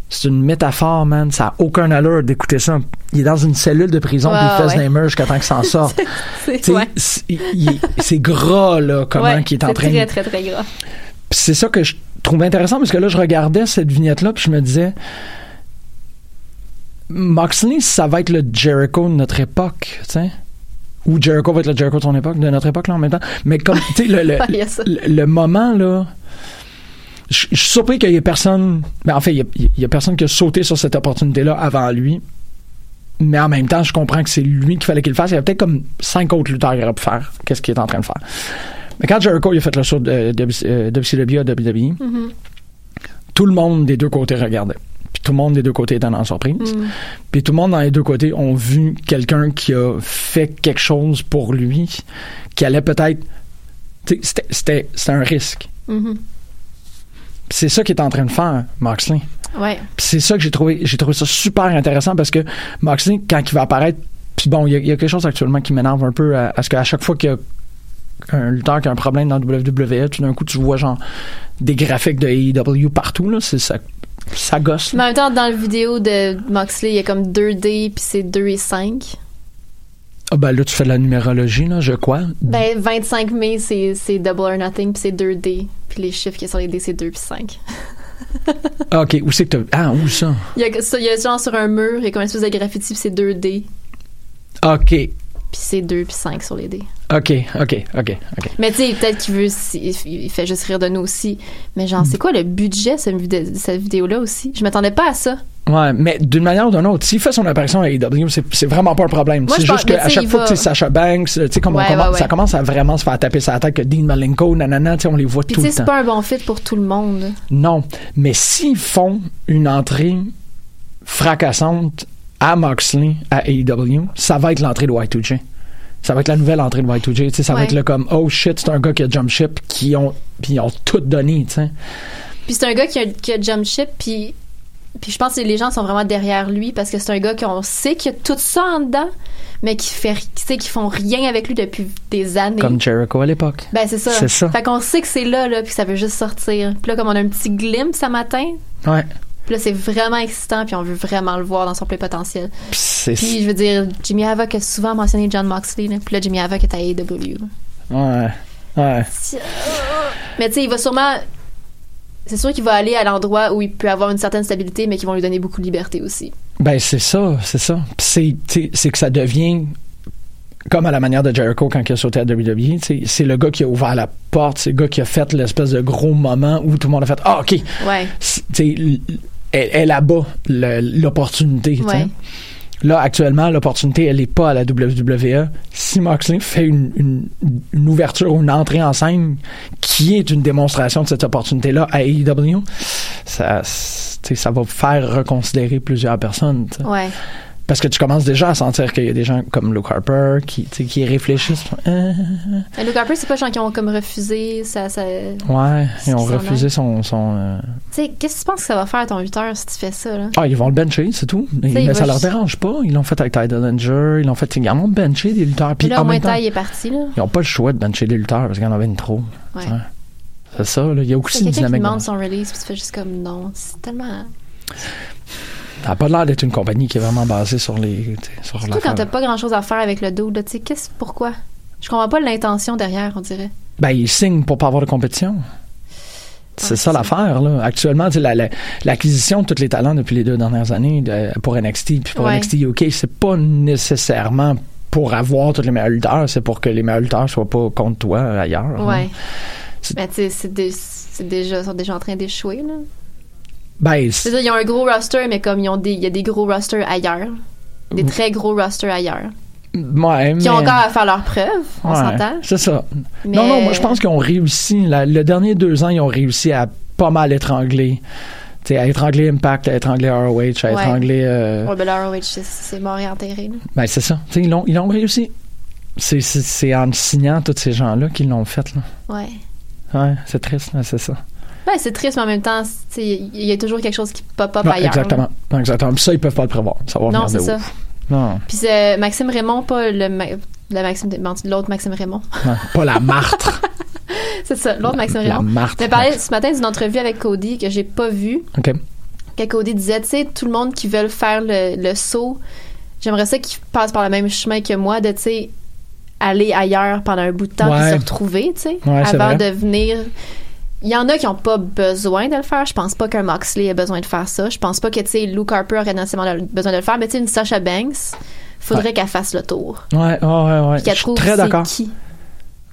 c'est une métaphore, man. Ça n'a aucun allure d'écouter ça. Il est dans une cellule de prison, puis Ouais, il Ah, ouais. fesse des murs jusqu'à temps qu'il s'en sorte. C'est T'sais, ouais. c'est- il- il- C'est gras, là, comment Ouais, qu'il est en train C'est de très, très, très gras. puis c'est ça que je trouve intéressant parce que là, je regardais cette vignette-là puis je me disais, Moxley, ça va être le Jericho de notre époque, tu sais. Ou Jericho va être le Jericho de son époque, de notre époque, là, en même temps. Mais comme, tu sais, le, le, Ouais, il y a ça. le- le moment, là. Je je suis surpris qu'il y ait personne. Mais en fait, il y a- il y a personne qui a sauté sur cette opportunité-là avant lui. Mais en même temps, je comprends que c'est lui qu'il fallait qu'il le fasse. Il y a peut-être comme cinq autres lutteurs qui auraient pu faire qu'est-ce qu'il est en train de faire. Mais quand Jericho il a fait le show de, de, euh, WCW à WWE, tout le monde des deux côtés regardait. Puis tout le monde des deux côtés était dans la surprise. Puis tout le monde dans les deux côtés ont vu quelqu'un qui a fait quelque chose pour lui, qui allait peut-être. tu sais, C'était, c'était, c'était un risque. Mhm. Puis c'est ça qu'il est en train de faire, Moxley. Ouais. Puis c'est ça que j'ai trouvé, j'ai trouvé ça super intéressant parce que Moxley, quand il va apparaître, puis bon, il y, a- il y a quelque chose actuellement qui m'énerve un peu à, à ce qu'à chaque fois qu'il y a un lutteur qui a un problème dans WWE, tout d'un coup, tu vois genre des graphiques de AEW partout, là, c'est ça. Ça gosse. Mais en même temps, dans la vidéo de Moxley, il y a comme 2D, puis c'est 2 et 5. Ah ben là, tu fais de la numérologie, là, je crois. Ben, 25 mai, c'est c'est Double or Nothing, puis c'est 2D. Puis les chiffres qui sont les D, c'est 2 puis 5. Ah, ok, où c'est que t'as... Ah, où ça? Il y, a, ça- il y a genre sur un mur, il y a comme une espèce de graffiti, puis c'est 2D. Ok, Puis c'est 2 puis 5 sur les D. ok, ok, ok, ok. Mais tu sais, peut-être qu'il veut, si- il fait juste rire de nous aussi. Mais genre, c'est quoi le budget de cette vidé- cette vidéo-là aussi? Je m'attendais pas à ça. Ouais, mais d'une manière ou d'une autre, s'il fait son apparition à AEW, c'est c'est vraiment pas un problème. Moi, C'est je pense- juste mais tu qu'à sais, chaque il fois que va- c'est Sacha Banks, tu sais, comme on Ouais, commence- ouais, ouais. ça commence à vraiment se faire taper sur la tête que Dean Malenko, nanana, tu sais, on les voit Puis tout tu le sais, temps. c'est pas un bon fit pour tout le monde. Non, mais s'ils font une entrée fracassante à Moxley, à AEW, ça va être l'entrée de Y2J. Ça va être la nouvelle entrée de Y2J. tu sais, Ça va Ouais. être le comme, oh shit, c'est un gars qui a jump ship, qui ont, puis ils ont tout donné. tu sais. Puis c'est un gars qui a, qui a jump ship, puis, puis je pense que les gens sont vraiment derrière lui parce que c'est un gars qu'on sait qu'il a tout ça en dedans, mais qui fait, qui sait qu'ils font rien avec lui depuis des années. Comme Jericho à l'époque. ben c'est ça. C'est ça. Fait qu'on sait que c'est là, là, puis que ça veut juste sortir. Puis là, comme on a un petit glimpse ce matin, Ouais. puis là, c'est vraiment excitant, puis on veut vraiment le voir dans son plein potentiel. Puis c'est- Puis je veux dire, Jimmy Havoc a souvent mentionné John Moxley, là, puis là, Jimmy Havoc est à E AEW. Ouais. Ouais. Mais tu sais, il va sûrement. C'est sûr qu'il va aller à l'endroit où il peut avoir une certaine stabilité, mais qui vont lui donner beaucoup de liberté aussi. Ben, c'est ça, c'est ça. Puis c'est, tu sais, c'est que ça devient comme à la manière de Jericho quand il a sauté à WWE. tu sais, C'est le gars qui a ouvert la porte, c'est le gars qui a fait l'espèce de gros moment où tout le monde a fait Ah, OK. Ouais. C'est- tu sais, l- Elle elle est là-bas, le- l'opportunité. tu sais. Ouais. Là, actuellement, l'opportunité, elle n'est pas à la WWE. Si Moxley fait une, une, une ouverture ou une entrée en scène qui est une démonstration de cette opportunité-là à AEW, ça, c'est- tu sais, ça va faire reconsidérer plusieurs personnes. tu sais. Ouais. Parce que tu commences déjà à sentir qu'il y a des gens comme Luke Harper qui, tu sais, qui réfléchissent. Euh, Mais Luke Harper, c'est pas les gens qui ont comme refusé. Ça, ça... Tu ouais, ils ont qu'ils sont refusé là. son. son euh, sais, qu'est-ce que tu penses que ça va faire à ton lutteur si tu fais ça, là? Ah, ils vont le bencher, c'est tout. Mais, Ça, il mais va ça leur juste- dérange pas. Ils l'ont fait avec Ty Dillinger, ils l'ont fait. Ils ont benché des lutteurs. Puis Puis là, en au moins, même temps, taille est parti, là. ils n'ont pas le choix de bencher des lutteurs parce qu'il y en avait une trop. Ouais. Tu sais. C'est ça, là. Il y a aussi C'est une quelqu'un qui dynamique. demande son release, puis tu fais juste comme non. C'est tellement. Ça n'a pas l'air d'être une compagnie qui est vraiment basée sur les. tu sais, Sur Surtout quand l'affaire. t'as pas grand chose à faire avec le dos, là. Tu sais, qu'est-ce. Pourquoi? Je comprends pas l'intention derrière, on dirait. Ben, ils signent pour pas avoir de compétition. C'est ça l'affaire, là. Actuellement, tu sais, la- la- l'acquisition de tous les talents depuis les deux dernières années de- pour NXT puis pour Ouais. NXT UK, c'est pas nécessairement pour avoir tous les meilleurs lutteurs, c'est pour que les meilleurs lutteurs soient pas contre toi euh, ailleurs. là. Ouais. Mais tu sais, c'est dé- c'est déjà, sont déjà en train d'échouer, là. Ben, cest c'est- à ils ont un gros roster, mais comme ils ont des, il y a des gros rosters ailleurs, des Ouh. très gros rosters ailleurs, ouais, qui ont Mhm. mais- encore à faire leurs preuves, on Ouais, s'entend. C'est ça. Mais- Non, non, moi je pense qu'ils ont réussi. la- le dernier deux ans, ils ont réussi à pas mal étrangler. Tu sais, à étrangler Impact, à étrangler ROH, à Ouais. étrangler. euh, Ouais, ben leur ROH, c'est- c'est mort et enterré. là. Ben, c'est ça. Tu sais, ils l'ont ils l'ont réussi. C'est- C'est c'est en signant tous ces gens-là qu'ils l'ont fait. Là. Ouais. Ouais, c'est triste, mais c'est ça. Ben, c'est triste, mais en même temps, c'est- il y a toujours quelque chose qui pop up Ouais, ailleurs. exactement. Non, exactement. Puis ça, ils peuvent pas le prévoir. Ça va Non, venir de c'est où. ça. Non, Puis c'est Maxime Raymond, pas le, ma- le Maxime, menti, l'autre Maxime Raymond. non, pas la martre. c'est ça, l'autre Maxime La Raymond. Marthe. Mais parlé ce matin d'une entrevue avec Cody que j'ai pas vue. OK. que Cody disait, tu sais, tout le monde qui veut faire le, le saut, j'aimerais ça qu'ils passent par le même chemin que moi, de, tu sais, aller ailleurs pendant un bout de temps Ouais. puis se retrouver, tu sais, Ouais, c'est vrai. avant de venir. Il y en a qui n'ont pas besoin de le faire. Je pense pas qu'un Moxley ait besoin de faire ça. Je pense pas que, tu sais, Luke Harper aurait nécessairement le- besoin de le faire. Mais, tu sais, une Sasha Banks, faudrait Ouais. qu'elle fasse le tour. Ouais, ouais, ouais. ouais. Puis qu'elle Je suis trouve très c'est d'accord. qui.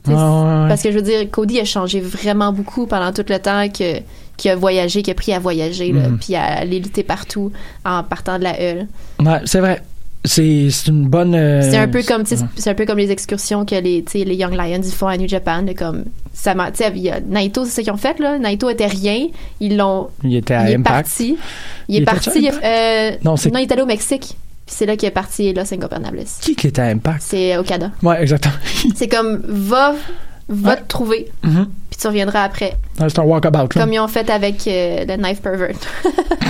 Ouais, ouais, ouais. Parce que, je veux dire, Cody a changé vraiment beaucoup pendant tout le temps que qu'il a voyagé, qu'il a pris à voyager, là, Mhm. Euh, puis à aller lutter partout en partant de la Hulle. Ouais, c'est vrai. C'est c'est une bonne. euh, C'est un peu comme tu sais, c'est un peu comme les excursions que les tu sais, les Young Lions ils font à New Japan de comme ça m'a- tu sais, il y a Naito c'est ce qu'ils ont fait là Naito était rien ils l'ont Il était à il est Impact. parti il, Il est était parti à il est- euh, Non, non, c'est- il est allé au Mexique puis c'est là qu'il est parti Los Ingobernables Qui qui était à Impact? c'est Okada Ouais, exactement. c'est comme va va te trouver Mhm. puis puis tu reviendras après. Ah, C'est un walkabout. là. Comme ils ont fait avec euh, le Knife Pervert.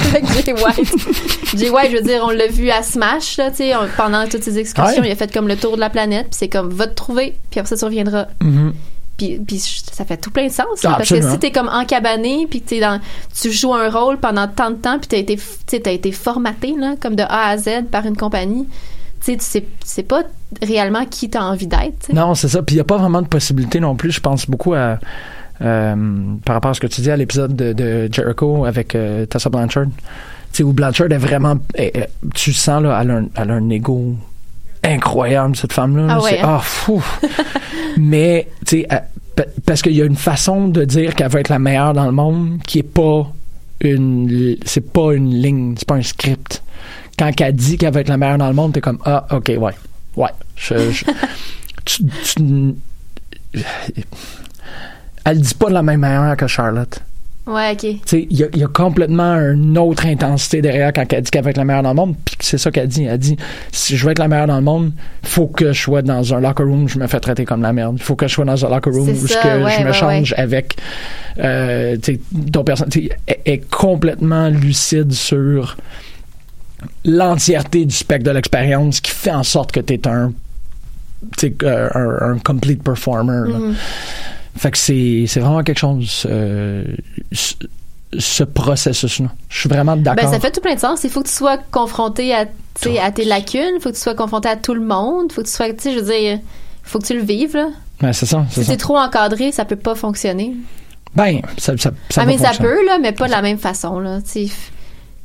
avec Jay White. Jay White, je veux dire, on l'a vu à Smash, là, tu sais, on- pendant toutes ses excursions, Ouais. il a fait comme le tour de la planète, puis c'est comme, va te trouver, puis après ça, tu reviendras. Mhm. Puis, puis je- ça fait tout plein de sens. là, Ah, parce que absolument. si t'es comme encabané, puis que t'es dans, tu joues un rôle pendant tant de temps, puis t'as été, f- tu sais, t'as été formaté, là, comme de A à Z par une compagnie, tu sais, tu sais, tu sais pas réellement qui t'as envie d'être. tu sais. Non, c'est ça. Puis il n'y a pas vraiment de possibilité non plus. Je pense beaucoup à. euh, par rapport à ce que tu dis à l'épisode de, de Jericho avec euh, Tessa Blanchard. Tu sais, où Blanchard est vraiment. est- est- tu sens, là, elle a un, elle a un ego incroyable, cette femme-là. Ah là. ouais, C'est- hein? fou! Mais, tu sais, elle- pa- parce qu'il y a une façon de dire qu'elle va être la meilleure dans le monde qui est pas une. li- C'est pas une ligne, c'est pas un script. Quand elle dit qu'elle va être la meilleure dans le monde, t'es comme, ah, ok, ouais. Ouais. Je- je- tu- tu- elle dit pas de la même manière que Charlotte. Ouais, ok. Tu sais, il y, a- il y a complètement une autre intensité derrière quand elle dit qu'elle va être la meilleure dans le monde. Puis c'est ça qu'elle dit. Elle dit si je veux être la meilleure dans le monde, faut que je sois dans un locker room, où je me fais traiter comme la merde. Faut que je sois dans un locker room C'est où ça, que ouais, je me ouais, change avec euh, tu sais, d'autres personnes. Tu sais, Elle elle est complètement lucide sur l'entièreté du spectre de l'expérience qui fait en sorte que tu es un, tu sais, euh, un, un complete performer. là. Mhm. Fait que c'est c'est vraiment quelque chose, euh, ce, ce processus-là. Je suis vraiment Ben, d'accord. ça fait tout plein de sens. Il faut que tu sois confronté à, tu sais, à tes lacunes, il faut que tu sois confronté à tout le monde, faut que tu sois, tu sais, je veux dire, faut que tu le vives. Là. Ben, c'est ça. c'est Si ça. t'es trop encadré, ça peut pas fonctionner. Ben, ça, ça, ça va ah, mais ça fonctionner. peut, là, mais pas de la même façon. Là. Tu sais, f-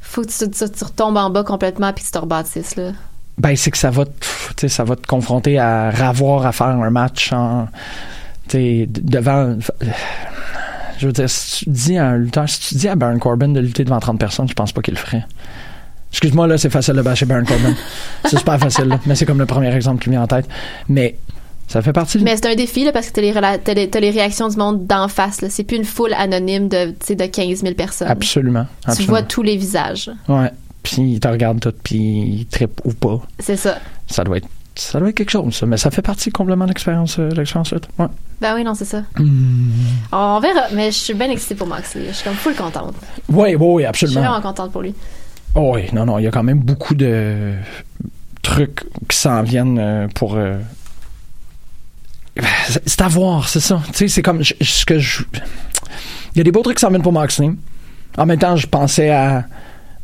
faut que tu, tu- tu retombes en bas complètement puis que tu te rebâtisses. Là. Ben, c'est que ça va, te, pff, tu sais, ça va te confronter à avoir à faire un match en, tu sais, d- devant. Je veux dire, si tu dis à un lutteur, si tu dis à Baron Corbin de lutter devant 30 personnes, je pense pas qu'il le ferait. Excuse-moi, là, c'est facile de bâcher Baron Corbin. c'est super facile, là, mais c'est comme le premier exemple qui me vient en tête. Mais ça fait partie du Mais c'est un défi là, parce que t'as les, rela- t'as les, t'as les réactions du monde d'en face. Là. C'est plus une foule anonyme de, tu sais, de 15 000 personnes. Absolument. Tu absolument. vois tous les visages. Ouais. Puis ils te regardent tout, puis ils trippent ou pas. C'est ça. Ça doit être, ça doit être quelque chose, ça. Mais ça fait partie complètement de l'expérience, euh, de l'expérience lutte. Ouais. Ben oui, non, c'est ça. Hmm. On verra, mais je suis bien excitée pour Moxley. Je suis comme full contente. Oui, oui, oui, Je suis absolument. vraiment contente pour lui. Oh, oui, non, non, il y a quand même beaucoup de trucs qui s'en viennent euh, pour. euh, c'est- C'est à voir, c'est ça. Tu sais, c'est comme je- ce que je. Il y a des beaux trucs qui s'en viennent pour Moxley. En même temps, je pensais à.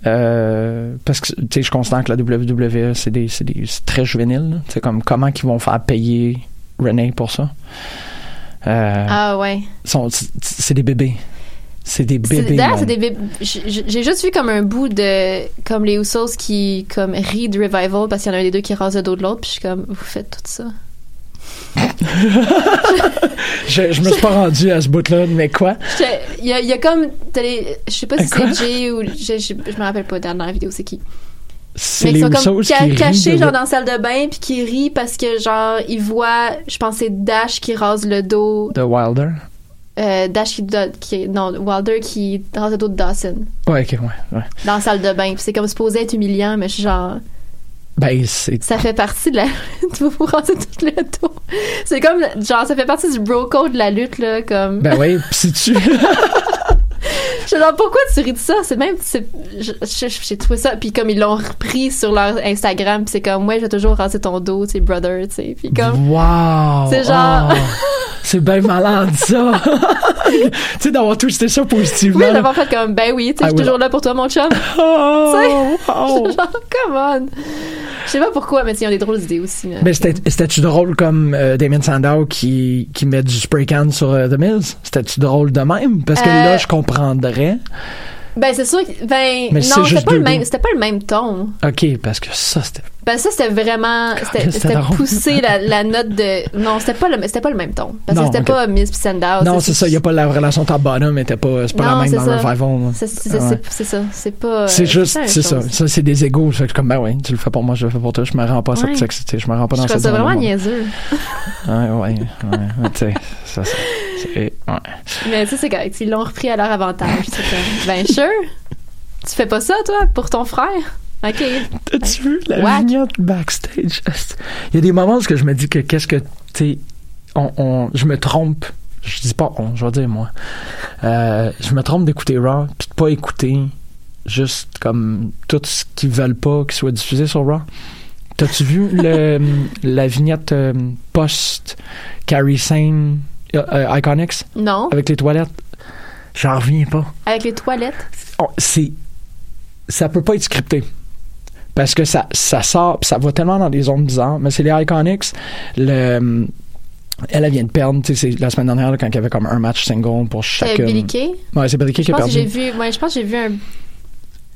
euh, parce que tu sais, je constate que la WWE, c'est des, c'est des- c'est très juvénile. là. Tu sais, comme comment qu'ils vont faire payer Renee pour ça. Euh, Ah ouais. sont- c'est- c'est des bébés. C'est des C'est- bébés. D'ailleurs, man. c'est des bébés. j- j- J'ai juste vu comme un bout de. Comme les Usos qui comme rient de Revival parce qu'il y en a un des deux qui rase le dos de l'autre. Puis je suis comme, vous faites tout ça. Je, je me suis pas rendu à ce bout-là, mais quoi? J'étais- Il y a, il y a comme. t'as les- Je sais pas si Quoi? c'est Jay ou. Je, je, je me rappelle pas dans la vidéo, c'est qui. C'est Mais les qui sont comme Usos qui ca- rient cachés de- genre dans la salle de bain puis qui rient parce que genre ils voient. Je pense que c'est Dash qui rase le dos. de Wilder. euh, Dash qui, do- qui. Non, Wilder qui rase le dos de Dawson. Ouais, ok, ouais, ouais. dans la salle de bain. Puis c'est comme supposé être humiliant, mais je suis genre, Ben, c'est. ça fait partie de la. tu vas vous raser tout le dos. C'est comme, genre, ça fait partie du bro code de la lutte, là. Comme. Ben oui, pis si tu. je suis genre, pourquoi tu ris de ça? C'est même. c'est- je- je- J'ai trouvé ça. Puis comme ils l'ont repris sur leur Instagram, puis c'est comme, ouais, je vais toujours raser ton dos, tu sais, brother, tu sais. Puis comme. Wow! C'est genre- oh, c'est bien malade, ça! tu sais, d'avoir twisté ça positivement. Oui, là. d'avoir fait comme, ben oui, tu sais, Ah je suis oui. toujours là pour toi, mon chum. Oh, Je wow. suis genre, come on. Je sais pas pourquoi, mais tu sais, ils ont des drôles d'idées aussi. là. Mais Ben, c'était- c'était-tu drôle comme euh, Damien Sandow qui, qui met du spray can sur euh, The Mills? C'était-tu drôle de même? Parce que Euh, là, je comprendrais. Ben, c'est sûr que. Ben, Mais c'est non, c'était juste pas, le deux même- dos. c'était pas le même ton. OK, parce que ça, c'était. Ben ça c'était vraiment c'était c'était c'était drôle. poussé la, la note de non c'était pas le c'était pas le même ton parce Non, que c'était ok. pas Miss puis Sandow Non, c'est ça, il n'y a pas la relation top-bottom, était pas, c'est pas Ah, Non, la même c'est dans ça. Revival. là. Ah, c'est c'est- Ouais. c'est- c'est ça c'est pas C'est euh, juste, la même c'est ça. chose. Ça, c'est des égaux. Fait que je suis comme, ben oui, tu le fais pour moi, je le fais pour toi. Je me rends pas à cette Ouais. sexité. Je me rends pas je dans trouve cette ça zone. vraiment niaiseux Ouais, ouais, ouais. tu sais, ça, c'est- c'est. Ouais. mais tu sais c'est correct ils l'ont repris à leur avantage c'est comme ben sure tu fais pas ça toi pour ton frère ok T'as-tu vu la What? vignette backstage? Il y a des moments où ce que je me dis que qu'est-ce que, tu sais, on, on- je me trompe. je dis pas on, je vais dire moi. Euh, je me trompe d'écouter Raw, puis de pas écouter juste comme tout ce qu'ils veulent pas qui soit diffusé sur Raw. T'as-tu vu le, la vignette euh, post Carrie Sane euh, euh, Iconics? Non. Avec les toilettes? J'en reviens pas. Avec les toilettes. On- Oh, c'est ça peut pas être scripté parce que ça ça sort pis ça va tellement dans des zones bizarres mais c'est les Iconics le elle, elle vient de perdre tu sais, c'est la semaine dernière là, quand il y avait comme un match single pour C'est chacune Billy Euh, Kay. ouais c'est Billy Kay Je qui a pense que perdu Euh, j'ai vu. Ouais, je pense que j'ai vu un.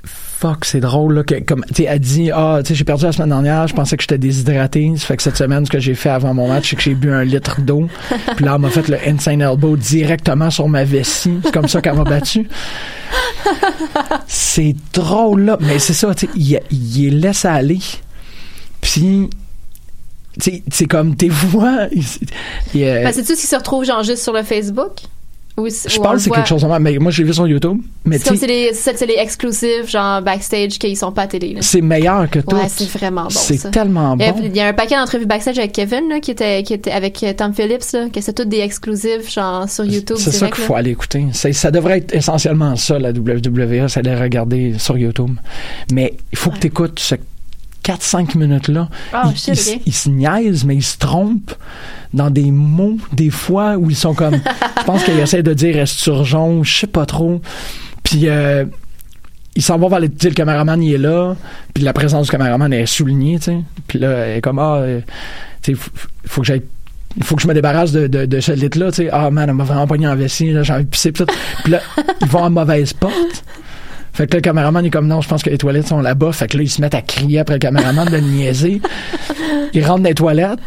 fuck, c'est drôle, là, que, comme, tu sais, elle dit, ah, tu sais, j'ai perdu la semaine dernière, je pensais que j'étais déshydratée, ça fait que cette semaine, ce que j'ai fait avant mon match, c'est que j'ai bu un litre d'eau, puis là, elle m'a fait le insane elbow directement sur ma vessie, c'est comme ça qu'elle m'a battu. C'est drôle, là, mais c'est ça, tu sais, il, il les laisse aller, puis, tu sais, c'est comme, tes voix, il- il- euh, Ben, c'est-tu ce qui se retrouve, genre, juste sur le Facebook? Ou, je pense que c'est quelque chose de même, mais moi, j'ai vu sur YouTube, mais C'est tu comme sais, c'est les, c'est c'est les exclusifs, genre, backstage, qu'ils sont pas à télé. là. c'est meilleur que tout. Ouais, c'est vraiment bon. C'est ça. tellement Il y a- bon. Il y a un paquet d'entrevues backstage avec Kevin, là, qui était, qui était avec euh, Tom Phillips, là, que c'est toutes des exclusifs, genre, sur YouTube. C'est ça direct, qu'il là. faut aller écouter. C'est- ça devrait être essentiellement ça, la WWE, c'est aller regarder sur YouTube. Mais il faut que tu écoutes ce 4-5 minutes-là. Ah, ils, shit, ils- ok. ils se niaisent, mais ils se trompent dans des mots, des fois, où ils sont comme. je pense qu'ils essaient de dire esturgeon, je sais pas trop. Puis. euh, il s'en va vers le, tu sais, le caméraman, il est là, puis la présence du caméraman est soulignée, tu sais. Puis là, elle est comme, ah, euh, tu sais, faut, faut que j'aille. Il faut que je me débarrasse de, de, de ce lit-là, tu sais. Ah, man, elle m'a vraiment pogné en vessie, là, j'ai envie de pisser, pis tout. Puis là, ils vont en mauvaise porte. Fait que là, le caméraman, il est comme, non, je pense que les toilettes sont là-bas. Fait que là, ils se mettent à crier après le caméraman, de le niaiser. Ils rentrent dans les toilettes,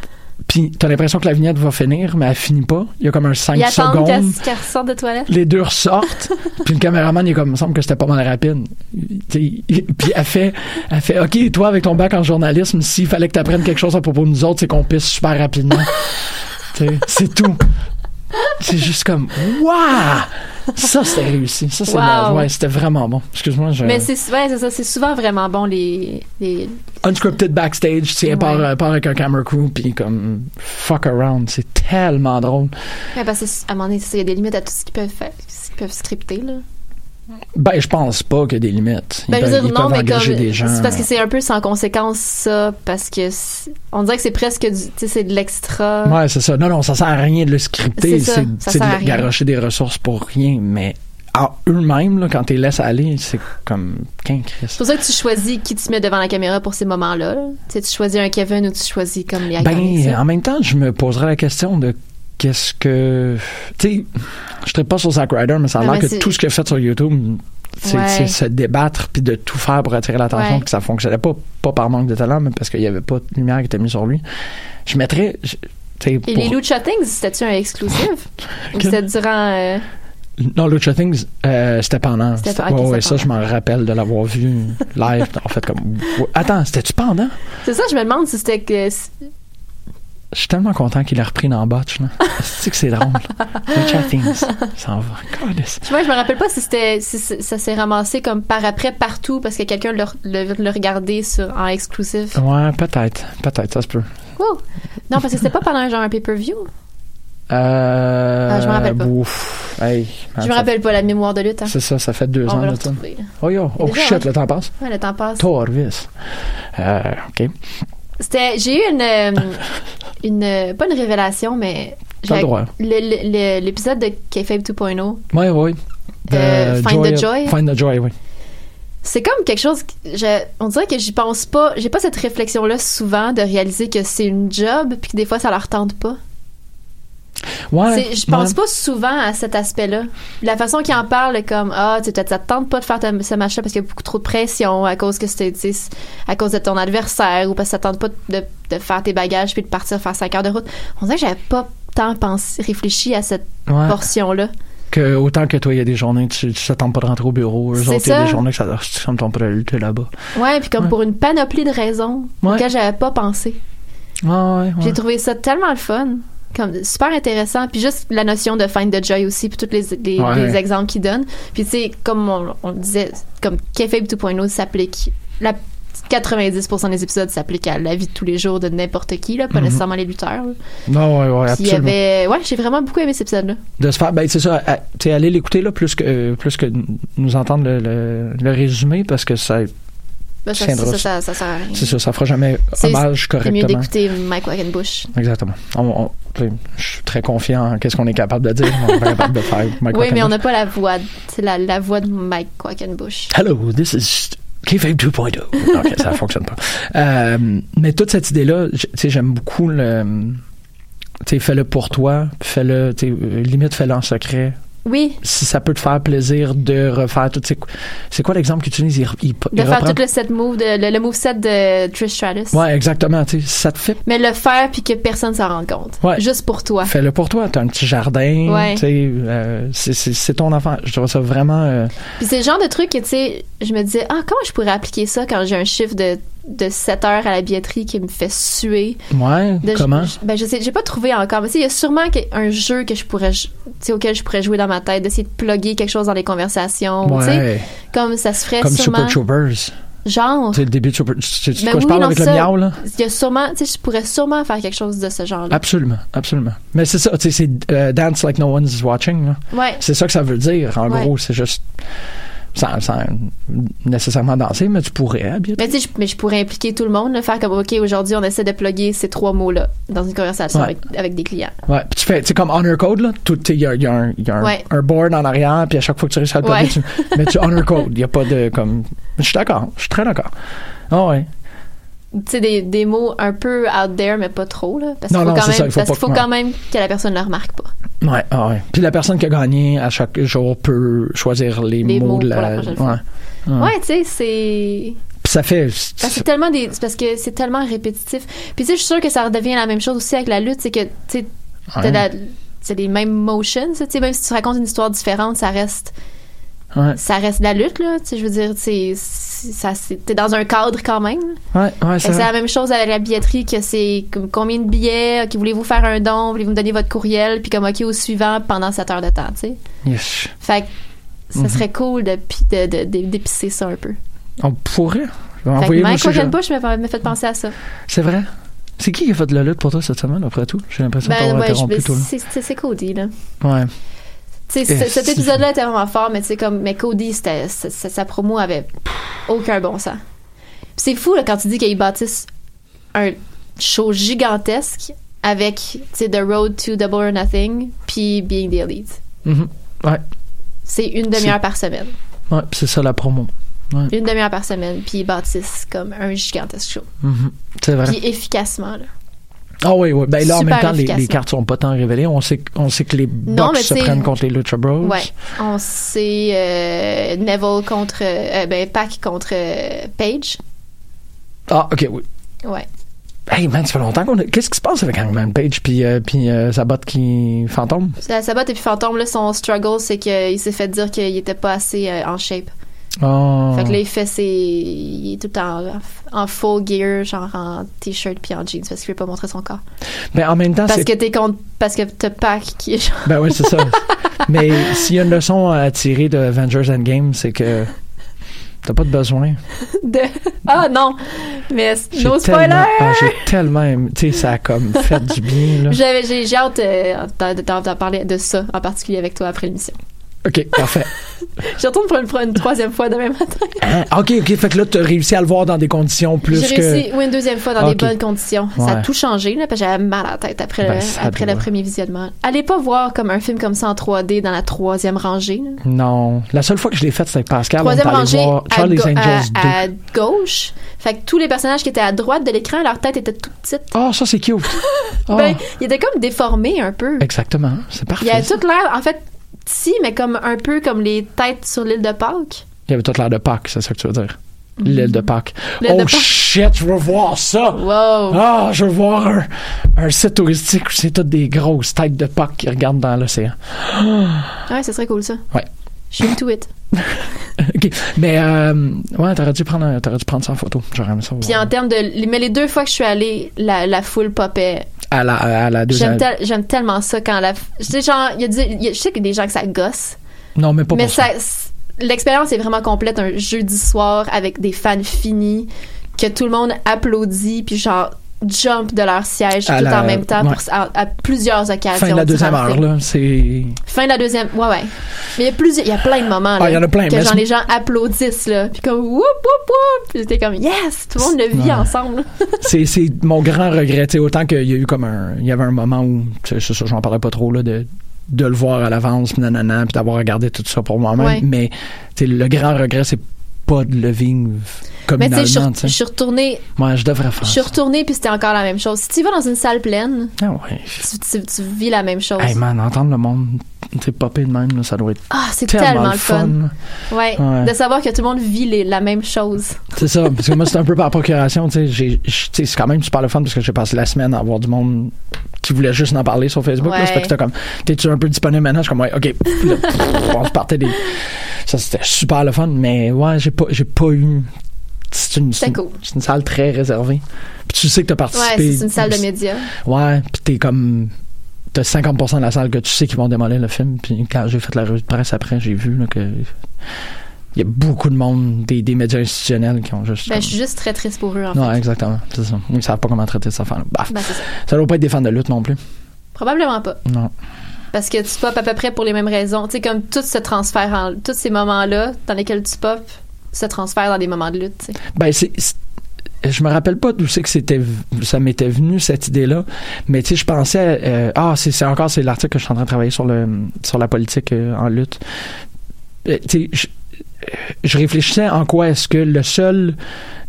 puis t'as l'impression que la vignette va finir, mais elle finit pas. Il y a comme un 5 Ils attendent secondes. qu'elle qu'elle ressorte de toilette. Les deux ressortent, puis le caméraman, il est comme, il me semble que c'était pas mal rapide. Il- tu sais, il- Puis elle fait, elle fait, OK, toi, avec ton bac en journalisme, s'il fallait que t'apprennes quelque chose à propos de nous autres, c'est qu'on pisse super rapidement. Tu sais, c'est tout. C'est juste comme, waouh! Ça, c'était réussi. Ça, c'est Wow. mal. Ouais, c'était vraiment bon. Excuse-moi, je... Mais c'est ouais, c'est ça, c'est souvent vraiment bon, les. les- Unscripted backstage, tu sais, elle part, elle part avec un camera crew, puis comme, fuck around. C'est tellement drôle. Ouais, parce que, à un moment donné, c'est ça, il y a des limites à tout ce qu'ils peuvent faire, ce qu'ils peuvent scripter, là. Ben, je pense pas qu'il y a des limites. Ils Ben, je veux peuvent, dire, ils non, peuvent mais comme. engager des gens. C'est parce que c'est un peu sans conséquence, ça, parce que. c'est- On dirait que c'est presque du. Tu sais, c'est de l'extra. Ouais, c'est ça. Non, non, ça sert à rien de le scripter. Ah. C'est ça, C'est ça c'est sert à de rien. garocher des ressources pour rien. Mais à eux-mêmes, là, quand tu les laisses aller, c'est comme qu'un Christ. C'est pour ça que tu choisis qui tu mets devant la caméra pour ces moments-là. là. Tu sais, tu choisis un Kevin ou tu choisis comme les iconiques, Ben, ça. en même temps, je me poserais la question de qu'est-ce que. Tu sais, je ne pas sur Zack Ryder, mais ça a Ouais, l'air mais que c'est- tout ce qu'il a fait sur YouTube, c'est Ouais. c'est se débattre puis de tout faire pour attirer l'attention, Ouais. que ça fonctionnait pas, pas par manque de talent, mais parce qu'il n'y avait pas de lumière qui était mise sur lui. Je mettrais. je- tu sais, Et pour- les Lucha Things, c'était-tu un exclusif? Ou c'était durant. euh, Non, Lucha Things, euh, c'était pendant. C'était- C'était- ok, ouais, ouais, c'était ça, je m'en rappelle de l'avoir vu live. en fait, comme. ouais. Attends, c'était-tu pendant? C'est ça, je me demande si c'était que. Je suis tellement content qu'il a repris dans Botch, là. cest que c'est drôle? Lucha Things. Ça en va. Calisse. Tu vois, je me rappelle pas si c'était si c- ça s'est ramassé comme par après partout parce que quelqu'un le, le, le regardait sur, en exclusif. Ouais, peut-être. Peut-être, ça se peut. Wow. Non, parce que c'était pas pendant un genre un pay-per-view. Euh, Ah, je me rappelle pas. ouf. Hey, man, Je me Ah, ça- rappelle pas la mémoire de lutte. hein. C'est ça, ça fait deux On ans, va le là, t'as- retrouver. là. Oh, yo. Oh, Déjà, shit, hein? le temps passe. Ouais, le temps passe. Torvis. Euh, OK. C'était, j'ai eu une, euh, une, euh, pas une révélation, mais T'as le j'ai- droit. le- le- le- l'épisode de K-Fab 2.0, Ouais, ouais. Euh, De Find the Joy. Find the Joy, oui. c'est comme quelque chose, que je- on dirait que j'y pense pas, j'ai pas cette réflexion-là souvent de réaliser que c'est une job puis que des fois ça leur tente pas. Ouais. C'est- je pense ouais. pas souvent à cet aspect-là. La façon qu'ils en parlent, comme ah, tu sais, peut-être ça te tente pas de faire ta- ce match-là parce qu'il y a beaucoup trop de pression à cause que c'était, tu sais, à cause de ton adversaire ou parce que ça te tente pas de, de faire tes bagages puis de partir faire 5 heures de route. On dirait que j'avais pas tant pensé, réfléchi à cette Ouais. portion-là. Que autant que toi, il y a des journées, tu tu t'attends pas de rentrer au bureau. Eux C'est autres, il y a ça. des journées que ça, ça me tombe pas la lutte là-bas. Ouais, puis comme Ouais. pour une panoplie de raisons Ouais. auxquelles j'avais pas pensé. Ouais, ouais, ouais. J'ai trouvé ça tellement le fun, comme super intéressant. Puis juste la notion de find the joy aussi, puis tous les, les, Ouais. les exemples qu'il donne. Puis tu sais, comme on, on le disait, comme Kayfabe 2.0 s'applique. La 90% des épisodes s'appliquent à la vie de tous les jours de n'importe qui, là, pas Mhm. nécessairement les lutteurs. là. Non, Ah, ouais, ouais, Puis il y absolument. avait. Ouais, j'ai vraiment beaucoup aimé cet épisode-là. De se faire, ben c'est ça, à- tu sais, aller l'écouter là plus que euh, plus que nous entendre le, le, le résumé parce que ça, Ben, ça, tiendra- ça, ça, ça sert à rien. c'est ça, ça fera jamais C'est- hommage c'est mieux correctement. d'écouter Mike Wagenbush. Exactement. On- on- tu sais, je suis très confiant en qu'est-ce qu'on est capable de dire, on est capable de faire. Mike oui, mais Wackenbush. on n'a pas la voix, de- c'est la, la voix de Mike Quackenbush. Hello, this is KFAB 2.0. OK, ça fonctionne pas. Euh, mais toute cette idée-là, j- tu sais, j'aime beaucoup le. Tu sais, fais-le pour toi, fais-le, tu sais, euh, limite fais-le en secret. Oui, Si ça peut te faire plaisir de refaire tout. C'est quoi, c'est quoi l'exemple que tu utilises? Il, re- il- il de faire reprend- tout le set move, de- le, le move set de Trish Stratus. Ouais, exactement. Tu sais, si ça te fait. Mais le faire puis que personne s'en rende compte. Ouais. Juste pour toi. Fais-le pour toi. T'as un petit jardin. Ouais. tu sais, euh, c'est- c'est c'est ton enfant. Je trouve ça vraiment. euh, Puis c'est le genre de truc que, tu sais, je me disais, ah, comment je pourrais appliquer ça quand j'ai un chiffre de, de 7 heures à la billetterie qui me fait suer? ouais, De- comment? je- ben, je sais, j'ai pas trouvé encore. Mais tu sais, il y a sûrement que- un jeu que je pourrais, j- tu sais, auquel je pourrais jouer dans ma tête, d'essayer de plugger quelque chose dans les conversations. tu sais. ouais. Comme ça se ferait Comme sûrement. Super Troopers. Genre. Tu sais, le début de Super. Tu sais de Ben quoi je oui, parle non, avec le ça, miau, là? Il y a sûrement, tu sais, je pourrais sûrement faire quelque chose de ce genre-là. Absolument, absolument. Mais c'est ça, tu sais, c'est euh, dance like no one's watching. là. Ouais. C'est ça que ça veut dire, en Ouais. gros. C'est juste sans, sans nécessairement danser, mais tu pourrais. hein, bien. Mais tu sais, je, mais je pourrais impliquer tout le monde, là, faire comme, OK, aujourd'hui, on essaie de plugger ces trois mots-là dans une conversation Ouais. avec, avec des clients. Ouais. Puis tu fais, tu sais, comme honor code, là, tout, tu sais, il y a, il y a un, il y a un- Ouais. un board en arrière, puis à chaque fois que tu réussis à le Ouais. placer, tu mets tu honor code. Il n'y a pas de comme. Je suis d'accord, je suis très d'accord. Ah ouais. Tu sais, des, des mots un peu out there, mais pas trop, là. Parce Non, qu'il faut, non, quand c'est même- ça, il faut parce pas qu'il faut que- quand même que la personne ne le remarque pas. Ouais, ah ouais. Puis la personne qui a gagné à chaque jour peut choisir les, Les mots de pour la prochaine fois. Ouais. Ouais, tu sais, c'est. Puis ça fait. Parce que c'est tellement des. c'est Parce que c'est tellement répétitif. Puis tu sais, je suis sûre que ça redevient la même chose aussi avec la lutte, c'est que tu sais, t'as Ouais. la- c'est les mêmes motions, ça, tu sais, même si tu racontes une histoire différente, ça reste. Ouais. Ça reste la lutte, là. Tu sais, je veux dire, c'est, c'est- ça, c'est- t'es dans un cadre quand même. Ouais, ouais, Fait c'est que c'est vrai. la même chose avec la billetterie que c'est comme combien de billets, ok, voulez-vous faire un don, voulez-vous me donner votre courriel, puis comme ok au suivant pendant 7 heures de temps, tu sais. Yes. Fait que ça Mhm. serait cool de, pi- de, de- de- d'épicer ça un peu. On pourrait. Fait que Envoyez-nous Mike ce genre. Quackenbush m'a m'a fait penser à ça. C'est vrai. C'est qui qui a fait de la lutte pour toi cette semaine, après tout? J'ai l'impression qu'on Ben t'avoir ouais, interrompu je- tout le c'est- c'est c'est Cody, là. long. Ouais. Tu sais, Eh, c- cet si. épisode-là était vraiment fort, mais tu sais, comme, mais Cody, c'était- sa, sa- sa promo avait aucun bon sens. Puis c'est fou, là, quand tu dis qu'ils bâtissent un show gigantesque avec, tu sais, The Road to Double or Nothing, puis Being the Elite. Mhm. Ouais. C'est une demi-heure C'est- par semaine. Ouais, puis c'est ça la promo. Ouais. Une demi-heure par semaine, puis ils bâtissent comme un gigantesque show. Mhm. C'est vrai. Puis efficacement, là. Ah oui, oui. Ben là, en Super même temps, les, efficace, les là. cartes sont pas tant révélées. On sait, on sait que les mais box se tu sais- prennent contre les Lucha Bros. Ouais. On sait euh, Neville contre, euh, ben, Pac contre euh, Page. Ah, OK, oui. Ouais. Hey, man, ça fait longtemps qu'on a... Qu'est-ce qui se passe avec Hangman Page puis, euh, puis euh, sa botte qui... fantôme? La Sabat et puis Fantôme, là, son struggle, c'est qu'il s'est fait dire qu'il était pas assez euh, en shape. Oh. Fait que là, il fait ses. Il est tout en, en full gear, genre en t-shirt puis en jeans, parce qu'il veut pas montrer son corps. Mais Ben, en même temps, parce Ah, c'est... que t'es contre. Parce que t'as Pac qui est genre. Ben oui, c'est ça. Mais s'il y a une leçon à tirer de Avengers Endgame, c'est que t'as pas de besoin. de. Ah non! Mais J'ai no tellement- spoiler! ah, J'ai tellement aimé. Tu sais, ça a comme fait du bien, là. J'avais- J'ai j'ai hâte euh, d'en- d'en d'en parler de ça en particulier avec toi après l'émission. OK, parfait. Je retourne pour une, pour une troisième fois demain matin. Hein? OK, OK. Fait que là, t'as réussi à le voir dans des conditions plus J'ai que... réussi oui, une deuxième fois dans Ok. des bonnes conditions. Ça a Ouais. tout changé, là, parce que j'avais mal à la tête après, Ben, le, ça après le doit. premier visionnement. Allez pas voir comme un film comme ça en 3D dans la troisième rangée. là. Non. La seule fois que je l'ai faite, c'était avec Pascal. Troisième on est allé rangée euh, voir à, Charlie's ga- Angels 2. à- à gauche. Fait que tous les personnages qui étaient à droite de l'écran, leur tête était toute petite. Oh, ça, c'est cute. Oh. Ben, ils étaient comme déformés un peu. Exactement. C'est parfait. Il y avait toute l'air, en fait, si, mais comme un peu comme les têtes sur l'île de Pâques. Il y avait toute l'air de Pâques, c'est ça que tu veux dire. L'île de Pâques. Mm-hmm. L'île oh de Pâques. shit, je veux voir ça! Wow! Ah, je veux voir un, un site touristique où c'est toutes des grosses têtes de Pâques qui regardent dans l'océan. Ouais, ce serait cool ça. Ouais. Je suis into it. OK. Mais, euh, ouais, t'aurais dû, prendre, un- t'aurais dû prendre ça en photo. J'aurais aimé ça. Puis en termes de. Mais les deux fois que je suis allée, la, la foule popait. À la, euh, à la J'aime deuxième. tel- j'aime tellement ça quand la. Je sais, genre, il y a du- il y a- je sais qu'il y a des gens que ça gosse, Non, mais pas mais pour ça. ça. c'est- L'expérience est vraiment complète un jeudi soir avec des fans finis. que tout le monde applaudit, puis genre jump de leur siège À tout la- en même temps ouais. pour, à, à plusieurs occasions. Fin de la deuxième durant le heure, film. là. C'est. Fin de la deuxième, ouais, ouais. Mais il y a plusieurs, il y a plein de moments, là. Ah, il y en a plein, Que mais genre c'est- les gens applaudissent, là. Puis comme, whoop, whoop, whoop. Puis j'étais comme, yes, tout le monde le vit Ouais. ensemble. c'est, c'est mon grand regret. Tu sais, autant qu'il y a eu comme un. Il y avait un moment où. tu sais, C'est ça, j'en parlais pas trop, là, de, de le voir à l'avance, puis nanana, puis d'avoir regardé tout ça pour moi-même. Ouais. Mais, tu sais, le grand regret, c'est pas de le vivre Mais tu sais, je suis communalement, re- je suis retournée, Moi, je devrais je faire suis ça. retournée, puis c'était encore la même chose. Si tu vas dans une salle pleine, Ah ouais. tu, tu- tu vis la même chose. Hey man, entendre le monde, tu sais, popper de même, là, ça doit être. Ah, c'est tellement tellement le le fun. fun. Ouais. Ouais. De savoir que tout le monde vit les- la même chose. C'est ça, parce que moi, c'est un peu par procuration. Tu sais, j'ai- je- tu sais, c'est quand même super le fun parce que j'ai passé la semaine à avoir du monde qui voulait juste en parler sur Facebook. Là, Ouais. c'est fait que t'as comme, t'es-tu un peu disponible maintenant? Je suis comme, ouais, OK. Puis là, pff, on se partait des... Ça, c'était super le fun, mais ouais, j'ai pas, j'ai pas eu... C'est une, c'est C'était une- cool. c'est une salle très réservée. Puis tu sais que t'as Ouais, participé. c'est une salle de médias. Ouais, puis t'es comme... T'as 50% de la salle que tu sais qu'ils vont démolir le film. Puis quand j'ai fait la revue de presse après, j'ai vu là, que... Il y a beaucoup de monde, des, des médias institutionnels qui ont juste... Ben, comme- je suis juste très triste pour eux, en non, fait. exactement. C'est ça. Ils savent pas comment traiter cette affaire-là. Baf. Ben, c'est ça. ça doit pas être des fans de lutte non plus. Probablement pas. Non. Parce que tu popes à peu près pour les mêmes raisons. Tu sais, comme tout se transfère en. Tous ces moments-là dans lesquels tu popes se transfèrent dans des moments de lutte, tu sais. Ben, c'est. c'est- Je me rappelle pas d'où c'est que c'était, ça m'était venu cette idée-là, mais tu sais, je pensais, à, euh, ah, c'est, c'est encore c'est l'article que je suis en train de travailler sur le sur la politique euh, en lutte. Euh, tu sais, je, je réfléchissais en quoi est-ce que le seul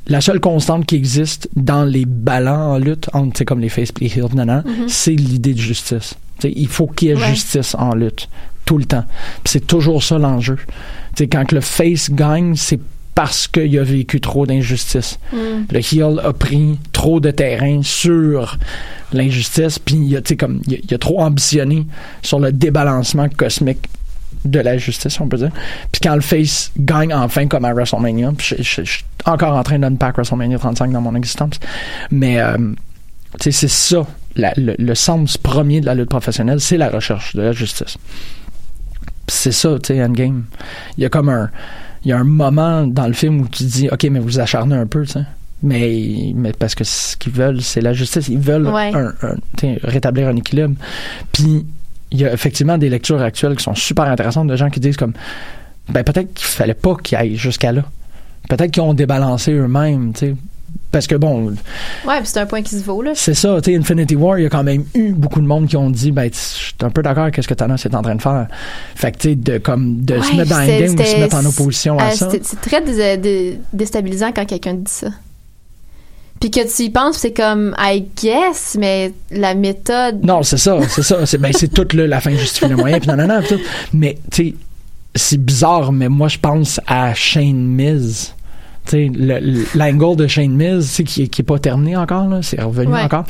la seule constante qui existe dans les ballons en lutte entre tu sais, comme les face et les heels, nanana, Mhm. c'est l'idée de justice. Tu sais, il faut qu'il y ait Ouais. justice en lutte tout le temps. Puis C'est toujours ça l'enjeu. Tu sais, quand que le face gagne, c'est parce qu'il a vécu trop d'injustice. Mm. Le heel a pris trop de terrain sur l'injustice, puis il a, tu sais, comme, il a- il a trop ambitionné sur le débalancement cosmique de la justice, on peut dire. Puis quand le face gagne enfin comme à WrestleMania, puis je, je- je suis encore en train d'unpack WrestleMania 35 dans mon existence, mais euh, tu sais, c'est ça, la- le, le sens premier de la lutte professionnelle, c'est la recherche de la justice. Puis c'est ça, tu sais, Endgame. Il y a comme un... Il y a un moment dans le film où tu dis, OK, mais vous acharnez un peu, tu sais. Mais, mais parce que ce qu'ils veulent, c'est la justice. Ils veulent Ouais. un- un- tu sais, rétablir un équilibre. Puis, il y a effectivement des lectures actuelles qui sont super intéressantes de gens qui disent comme, ben peut-être qu'il fallait pas qu'ils aillent jusqu'à là. Peut-être qu'ils ont débalancé eux-mêmes, tu sais. Parce que bon, Ouais, puis c'est un point qui se vaut, là. c'est ça, tu sais, Infinity War, il y a quand même eu beaucoup de monde qui ont dit, ben, tu- je suis un peu d'accord avec ce que Thanos est en train de faire. Fait que, tu sais, de, comme, de se Ouais, mettre dans c'est- Endgame ou de se c'était- mettre en opposition à euh, ça. c'était- C'est très dés- dé- déstabilisant quand quelqu'un te dit ça. Puis que tu y penses, c'est comme, I guess, mais la méthode. Non, c'est ça, c'est ça. C'est ben, c'est tout là, la fin justifie le moyen, puis non, non, non, puis tout. Mais, tu sais, c'est bizarre, mais moi, je pense à Shane Miz. Tu sais, le- le- l'angle de Shane Miz, tu sais, qui, est- qui est pas terminé encore, là, c'est revenu Ouais. encore.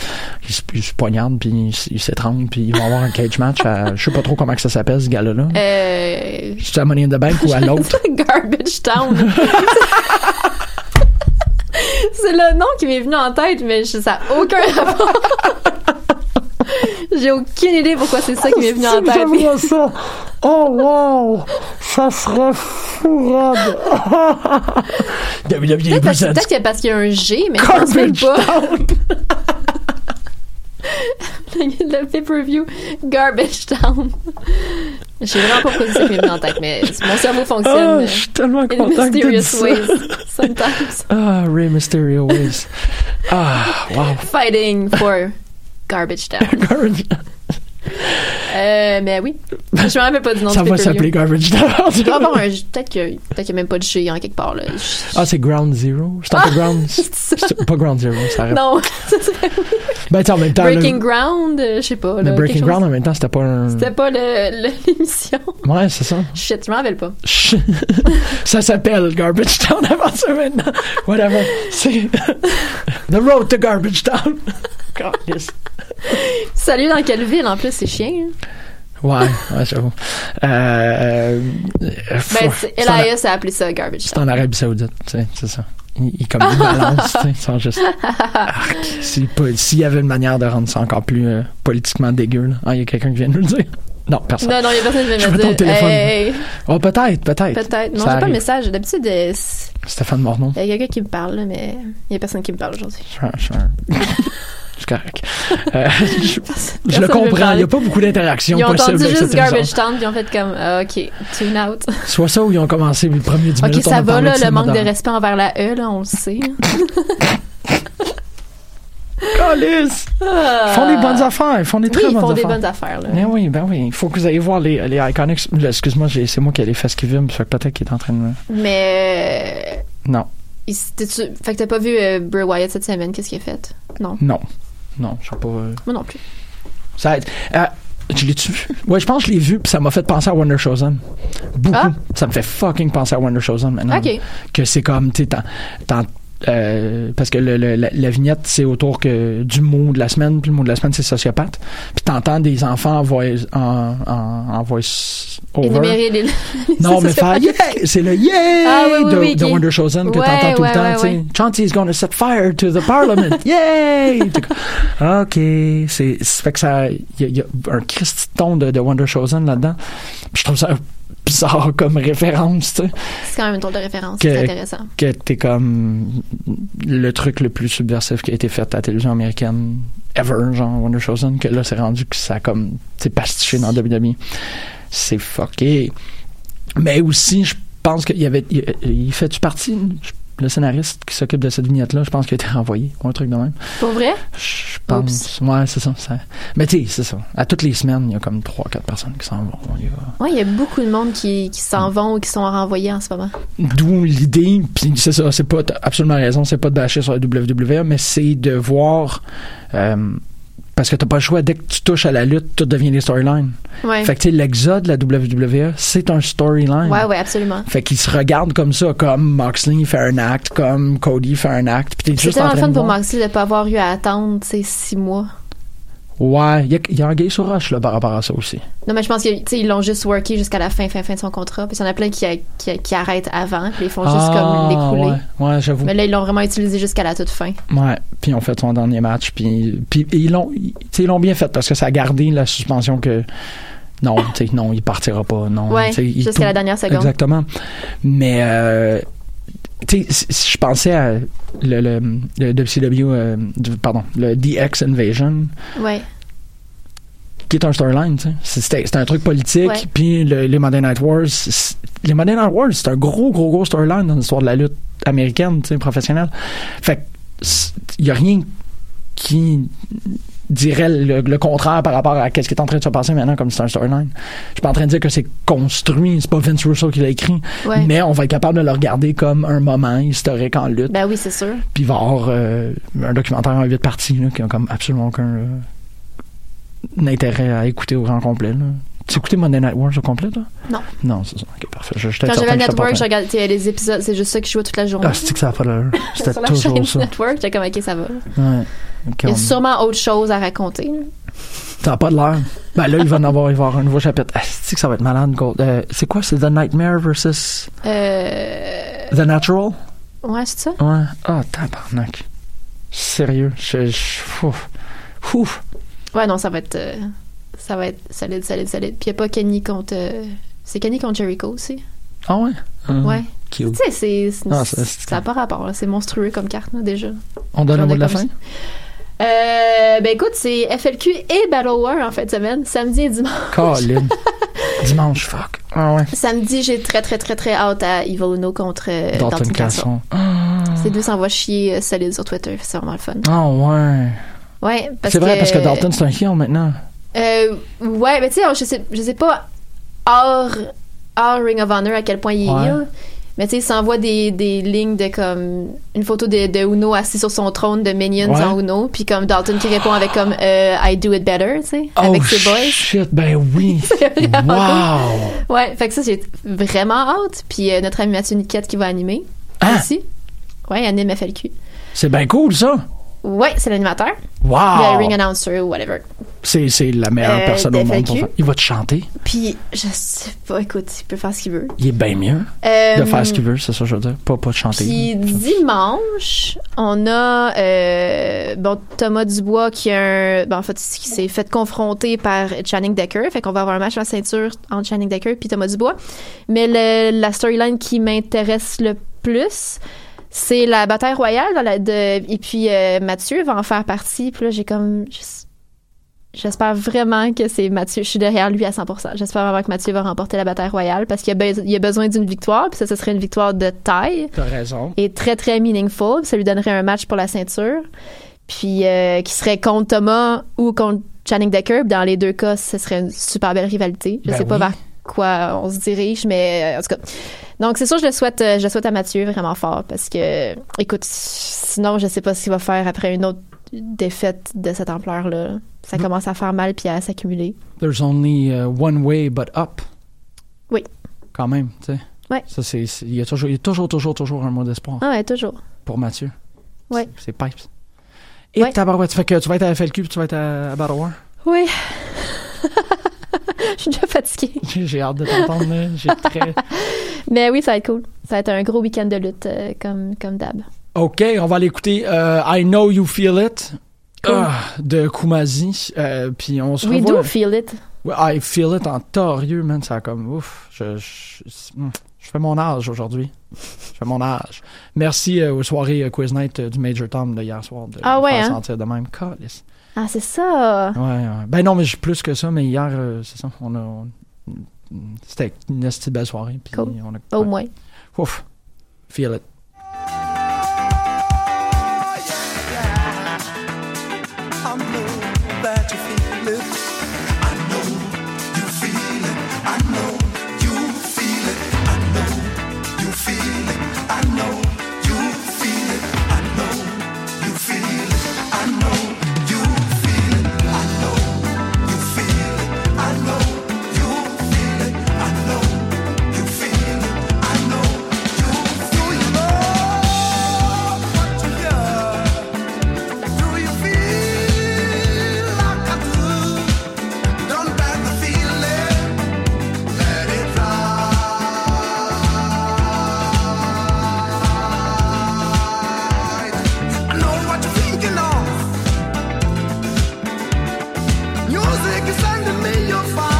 Il se, il se poignarde, puis il, s- il s'étrangle, puis ils vont avoir un cage match à, je sais pas trop comment que ça s'appelle, ce gars-là. Euh, C'est à Money in the Bank ou à l'autre? Garbage Town. C'est le nom qui m'est venu en tête, mais je- ça n'a aucun rapport. J'ai aucune idée pourquoi c'est ça qui m'est venu en Si j'avais tête. ça. Oh wow, ça serait fou raide. WWE Peut-être parce, Presents. peut-être que parce qu'il y a un G, mais je pense même pas. le le pay-per-view Garbage Town. Je sais vraiment pas pourquoi c'est ça qui m'est venu en tête, mais mon cerveau fonctionne. Ah, je suis tellement in content que t'aies dit mysterious ça. ways, sometimes. Ah, Ray Mysterio Waves. ah, wow. Fighting for Garbage Town. Garbage- Euh, mais oui. Je me rappelle pas du nom Ça du va pay-per-view. s'appeler Garbage Town. Il doit avoir un- Peut-être qu'il n'y a, peut-être qu'il y a même pas de G en quelque part. Là. Je- Ah, c'est Ground Zero? C'est un peu Ah, Ground... c'est ça. c'est Pas Ground Zero, ça arrête. Non, ça serait Ben, tu sais, en même temps... là- Breaking Ground, euh, je sais pas. Mais là, Breaking quelque Ground, en chose. même temps, c'était pas un... C'était pas le- le- l'émission. Ouais, c'est ça. Shit, je m'en rappelle pas. Chut. ça s'appelle Garbage Town avant ça maintenant. Whatever. C'est... The Road to Garbage Town. Calisse. Salut dans quelle ville en plus, c'est chiant. hein? ouais, ouais, j'avoue. Euh... euh, Ben, pff, c'est- c'est en- Elias a appelé ça Garbage C'est en Arabie Saoudite, tu sais, c'est ça. Ils, ils comme ils balancent, tu sais, ils sont juste... Arc. S'il peut- s'il y avait une manière de rendre ça encore plus euh, politiquement dégueu, là. Ah, il y a quelqu'un qui vient de nous le dire. Non, personne. Non, non, il y a personne qui va Je me veux dire. ton téléphone. Hey. Oh, peut-être, peut-être. Peut-être. Ça Non, j'ai pas arrive. le message. D'habitude, euh, c'est- Stéphane Mornon. il y a quelqu'un qui me parle, là, mais il y a personne qui me parle aujourd'hui. Je suis un- je suis un- je suis correct. Euh, je, je personne le veut comprends. Il n'y parler. a pas beaucoup d'interactions Ils ont possibles entendu avec juste cette Garbage émission. Town, puis ils ont fait comme, ah, OK, tune out. Soit ça ou ils ont commencé le premier 10 OK, minutes. on a ça va, parlé là, de le manque de Madame. respect envers la E, là, on le sait. Calice! Ils font des Ah. bonnes affaires. Ils font des Euh, Oui, très ils bonnes font affaires. des bonnes affaires, là. Ben oui, ben oui. Il faut que vous ayez voir les, les Iconics. Là, Excuse-moi, j'ai- c'est moi qui ai les fesses qui vibrent. Fait que peut-être qu'il est en train de. me- Mais. euh, Non, il s- t'es-tu- Fait que t'as pas vu euh, Bray Wyatt cette semaine, qu'est-ce qu'il a fait? Non. non, non, je sais pas. euh, Moi non plus. Ça, euh, je l'ai-tu vu? Ouais, je pense que je l'ai vu, puis ça m'a fait penser à Wonder Chosen. Beaucoup. Ah. Ça me fait fucking penser à Wonder Chosen maintenant. Ok. Que c'est comme, tu sais, t'en- t'en- euh, parce que le- le- la, la vignette, c'est autour que, du mot de la semaine, puis le mot de la semaine, c'est sociopathe. Puis t'entends des enfants en voice, en, en, en voice over. Énumérer les. Non, mais faire yeah! C'est le yeah Ah, oui, oui, de, oui, de ok. Wonder Chosen que Ouais, t'entends tout ouais, le temps. ouais, tu sais. ouais. Chauncey's gonna set fire to the parliament. Yay! T'es comme, OK. C'est, c'est fait que ça. Il y, a- il y a un Christi de ton de, de Wonder Chosen là-dedans. Puis je trouve ça bizarre comme référence, tu sais. C'est quand même une drôle de référence, Que- c'est intéressant. Que t'es comme le truc le plus subversif qui a été fait à la télévision américaine ever, genre Wonder Chosen, que là c'est rendu que ça a comme c'est pastiché dans WWE. C'est fucké. Mais aussi, je pense qu'il y avait. Il, il fait-tu partie, je- le scénariste qui s'occupe de cette vignette-là, je pense qu'il a été renvoyé ou un truc de même. Pour vrai? Je pense. Ouais, c'est ça, ça- Mais tu sais, c'est ça. À toutes les semaines, il y a comme 3-4 personnes qui s'en vont. Il y a- Ouais, il y a beaucoup de monde qui, qui Hmm. s'en vont ou qui sont renvoyés en ce moment. D'où l'idée, puis c'est ça, c'est pas t'as absolument raison, c'est pas de bâcher sur la WWE, mais c'est de voir euh, parce que t'as pas le choix, dès que tu touches à la lutte, tout devient des storylines. Ouais. Fait que tu sais, l'exode de la WWE, c'est un storyline. Ouais, ouais, absolument. Fait qu'ils se regardent comme ça, comme Moxley fait un acte, comme Cody fait un acte, puis t'es C'est juste en tellement le train fun de pour voir. Moxley de pas avoir eu à attendre, tu sais, six mois. Ouais, il y, a- y a un gay sur Rush là, par rapport à ça aussi. Non, mais je pense qu'ils l'ont juste worké jusqu'à la fin, fin, fin de son contrat. Puis il y en a plein qui, qui, qui arrêtent avant, puis ils font juste Ah, comme l'écouler. Ouais, ouais j'avoue. Mais là, ils l'ont vraiment utilisé jusqu'à la toute fin. Ouais, puis ils ont fait son dernier match, puis, puis et ils l'ont ils- tu sais, ils l'ont bien fait parce que ça a gardé la suspension que non, tu sais, non, il partira pas, non. Ouais, tu sais, il jusqu'à tourne- la dernière seconde. Exactement. Mais euh, tu sais, si- si je pensais à le, le, le WCW, euh, du- pardon, le DX Invasion, Ouais. qui est un storyline, tu sais. C'est- C'était c'était un truc Ouais. politique, puis le- les Monday Night Wars, c'est- les Monday Night Wars, c'est un gros, gros, gros storyline dans l'histoire de la lutte américaine, tu sais, professionnelle. Fait que c'est- il y a rien qui dirait le, le contraire par rapport à ce qui est en train de se passer maintenant comme c'est un storyline. Je suis pas en train de dire que c'est construit, c'est pas Vince Russo qui l'a écrit, Ouais. mais on va être capable de le regarder comme un moment historique en lutte. Ben oui, c'est sûr. Puis il va y avoir euh, un documentaire en huit parties là, qui n'a comme absolument aucun euh, intérêt à écouter au grand complet. là. Tu écouté Monday Night Wars au complet, toi? Non. Non, c'est ça. Ok, parfait. Je, j'étais Quand j'avais certain le que j'étais pas network, je prêt. regardais les épisodes, c'est juste ça que je jouais toute la journée. Ah, c'est que ça a pas l'heure. C'était Sur la chaîne toujours ça. network, j'étais comme, ok, ça va. Ouais. Ok, Il y a on- sûrement autre chose à raconter. là. T'as pas de l'heure. Ben là, il va en avoir, il va y avoir un nouveau chapitre. Ah, c'est que ça va être malade, Gold. Euh, c'est quoi? C'est The Nightmare versus Euh... The Natural? Ouais, c'est ça? Ouais. Ah, tabarnak. Sérieux. Je, je- ouf. Ouf. Ouais, non, ça va être... euh, Ça va être solide, solide, solide. Puis il n'y a pas Kenny contre... euh, C'est Kenny contre Jericho aussi. Ah ouais? Hum, Ouais. Tu Cute. sais, c'est... c'est- Ah, ça, c'est- Ça n'a pas rapport, là. C'est monstrueux comme carte, là, déjà. On donne J'en le mot ai de la comme fin? ça. Euh, ben écoute, c'est FLQ et Battle War en fin de semaine, samedi et dimanche. Colin. Dimanche, fuck. Ah ouais. Samedi, j'ai très, très, très, très hâte à Evil Uno contre euh, Dalton Dalton Castle. Ah. Castle. Ces deux s'envoient chier euh, solide sur Twitter, c'est vraiment le fun. Ah ouais. Ouais, parce C'est vrai, parce que Dalton, c'est un heel maintenant. Euh, ouais, mais tu sais, je sais, je sais pas hors, hors Ring of Honor à quel point il est Ouais. heel, mais tu sais, il s'envoie des, des lignes de comme une photo de, de Uno assis sur son trône de Minions Ouais. en Uno, puis comme Dalton qui répond avec comme euh, I do it better, tu sais, avec oh, ses boys. shit, ben oui. wow. Ouais, fait que ça, j'ai vraiment hâte. Puis euh, notre ami Mathieu Niquette qui va animer Ah. aussi. Ouais, il anime FLQ. C'est bien cool, ça. Ouais, c'est l'animateur. Wow! Le euh, ring announcer ou whatever. C'est, c'est la meilleure Euh, personne au monde pour DFAQ. faire. Il va te chanter. Puis, je sais pas, écoute, il peut faire ce qu'il veut. Il est bien mieux de Euh, faire ce qu'il veut, c'est ça que je veux dire. Pas, pas de chanter. Puis dimanche, on a euh, bon Thomas Dubois qui a un, ben, en fait qui s'est fait confronter par Channing Decker, fait qu'on va avoir un match à la ceinture entre Channing Decker puis Thomas Dubois. Mais le- la storyline qui m'intéresse le plus, c'est la bataille royale dans la- de, et puis euh, Mathieu va en faire partie. Puis là j'ai comme je- J'espère vraiment que c'est Mathieu. Je suis derrière lui à 100%. J'espère vraiment que Mathieu va remporter la bataille royale parce qu'il a, be- il a besoin d'une victoire. Puis ça, ce serait une victoire de taille T'as raison. et très très meaningful. Ça lui donnerait un match pour la ceinture, puis euh, qui serait contre Thomas ou contre Channing Decker. Dans les deux cas, ce serait une super belle rivalité. Je Ben sais pas oui. vers quoi on se dirige, mais euh, en tout cas. Donc c'est sûr, je le souhaite, euh, je le souhaite à Mathieu vraiment fort parce que, écoute, sinon je sais pas ce qu'il va faire après une autre défaite de cette ampleur là. Ben Ça commence à faire mal puis à s'accumuler. There's only uh, one way but up. Oui. Quand même, tu sais. Ouais. Ça, c'est, c'est- il, y a toujours, il y a toujours, toujours, toujours un mot d'espoir Ah ouais, toujours. pour Mathieu. Ouais. C'est Pipes. Et tabarouette, fait que tu vas être à FLQ puis tu vas être à, à Battle War. Oui. je suis déjà fatiguée. J'ai j'ai hâte de t'entendre, là. J'ai très... Mais Ben oui, ça va être cool. Ça va être un gros week-end de lutte euh, comme, comme d'hab. OK, on va l'écouter. Euh, I Know You Feel It ah, de Kumasi. Euh, puis on se We revoit. do feel it. Ouais, I feel it en torieux, man. Ça a comme ouf. Je, je, hum, je fais mon âge aujourd'hui. Je fais mon âge. Merci euh, aux soirées euh, Quiz Night euh, du Major Tom de hier soir de Ah me ouais, faire hein? sentir de même. Calisse. Ah, c'est ça. Ouais, ouais. Ben non, mais j'ai plus que ça, mais hier, euh, c'est ça. On a. on- C'était une esti de belle soirée. Puis on a, Au moins. Ouf. Feel it. I know that you feel it. I know you feel it. I know you feel it. I know you feel it. I know you feel it. I know you feel it. I know you feel it. I know you feel it. I know you feel it. I know you feel it. I know you feel it. Do you love what you hear? Do you feel like I do? Don't let the feeling let it ride. I know what you're thinking of. Music is sending me your fire.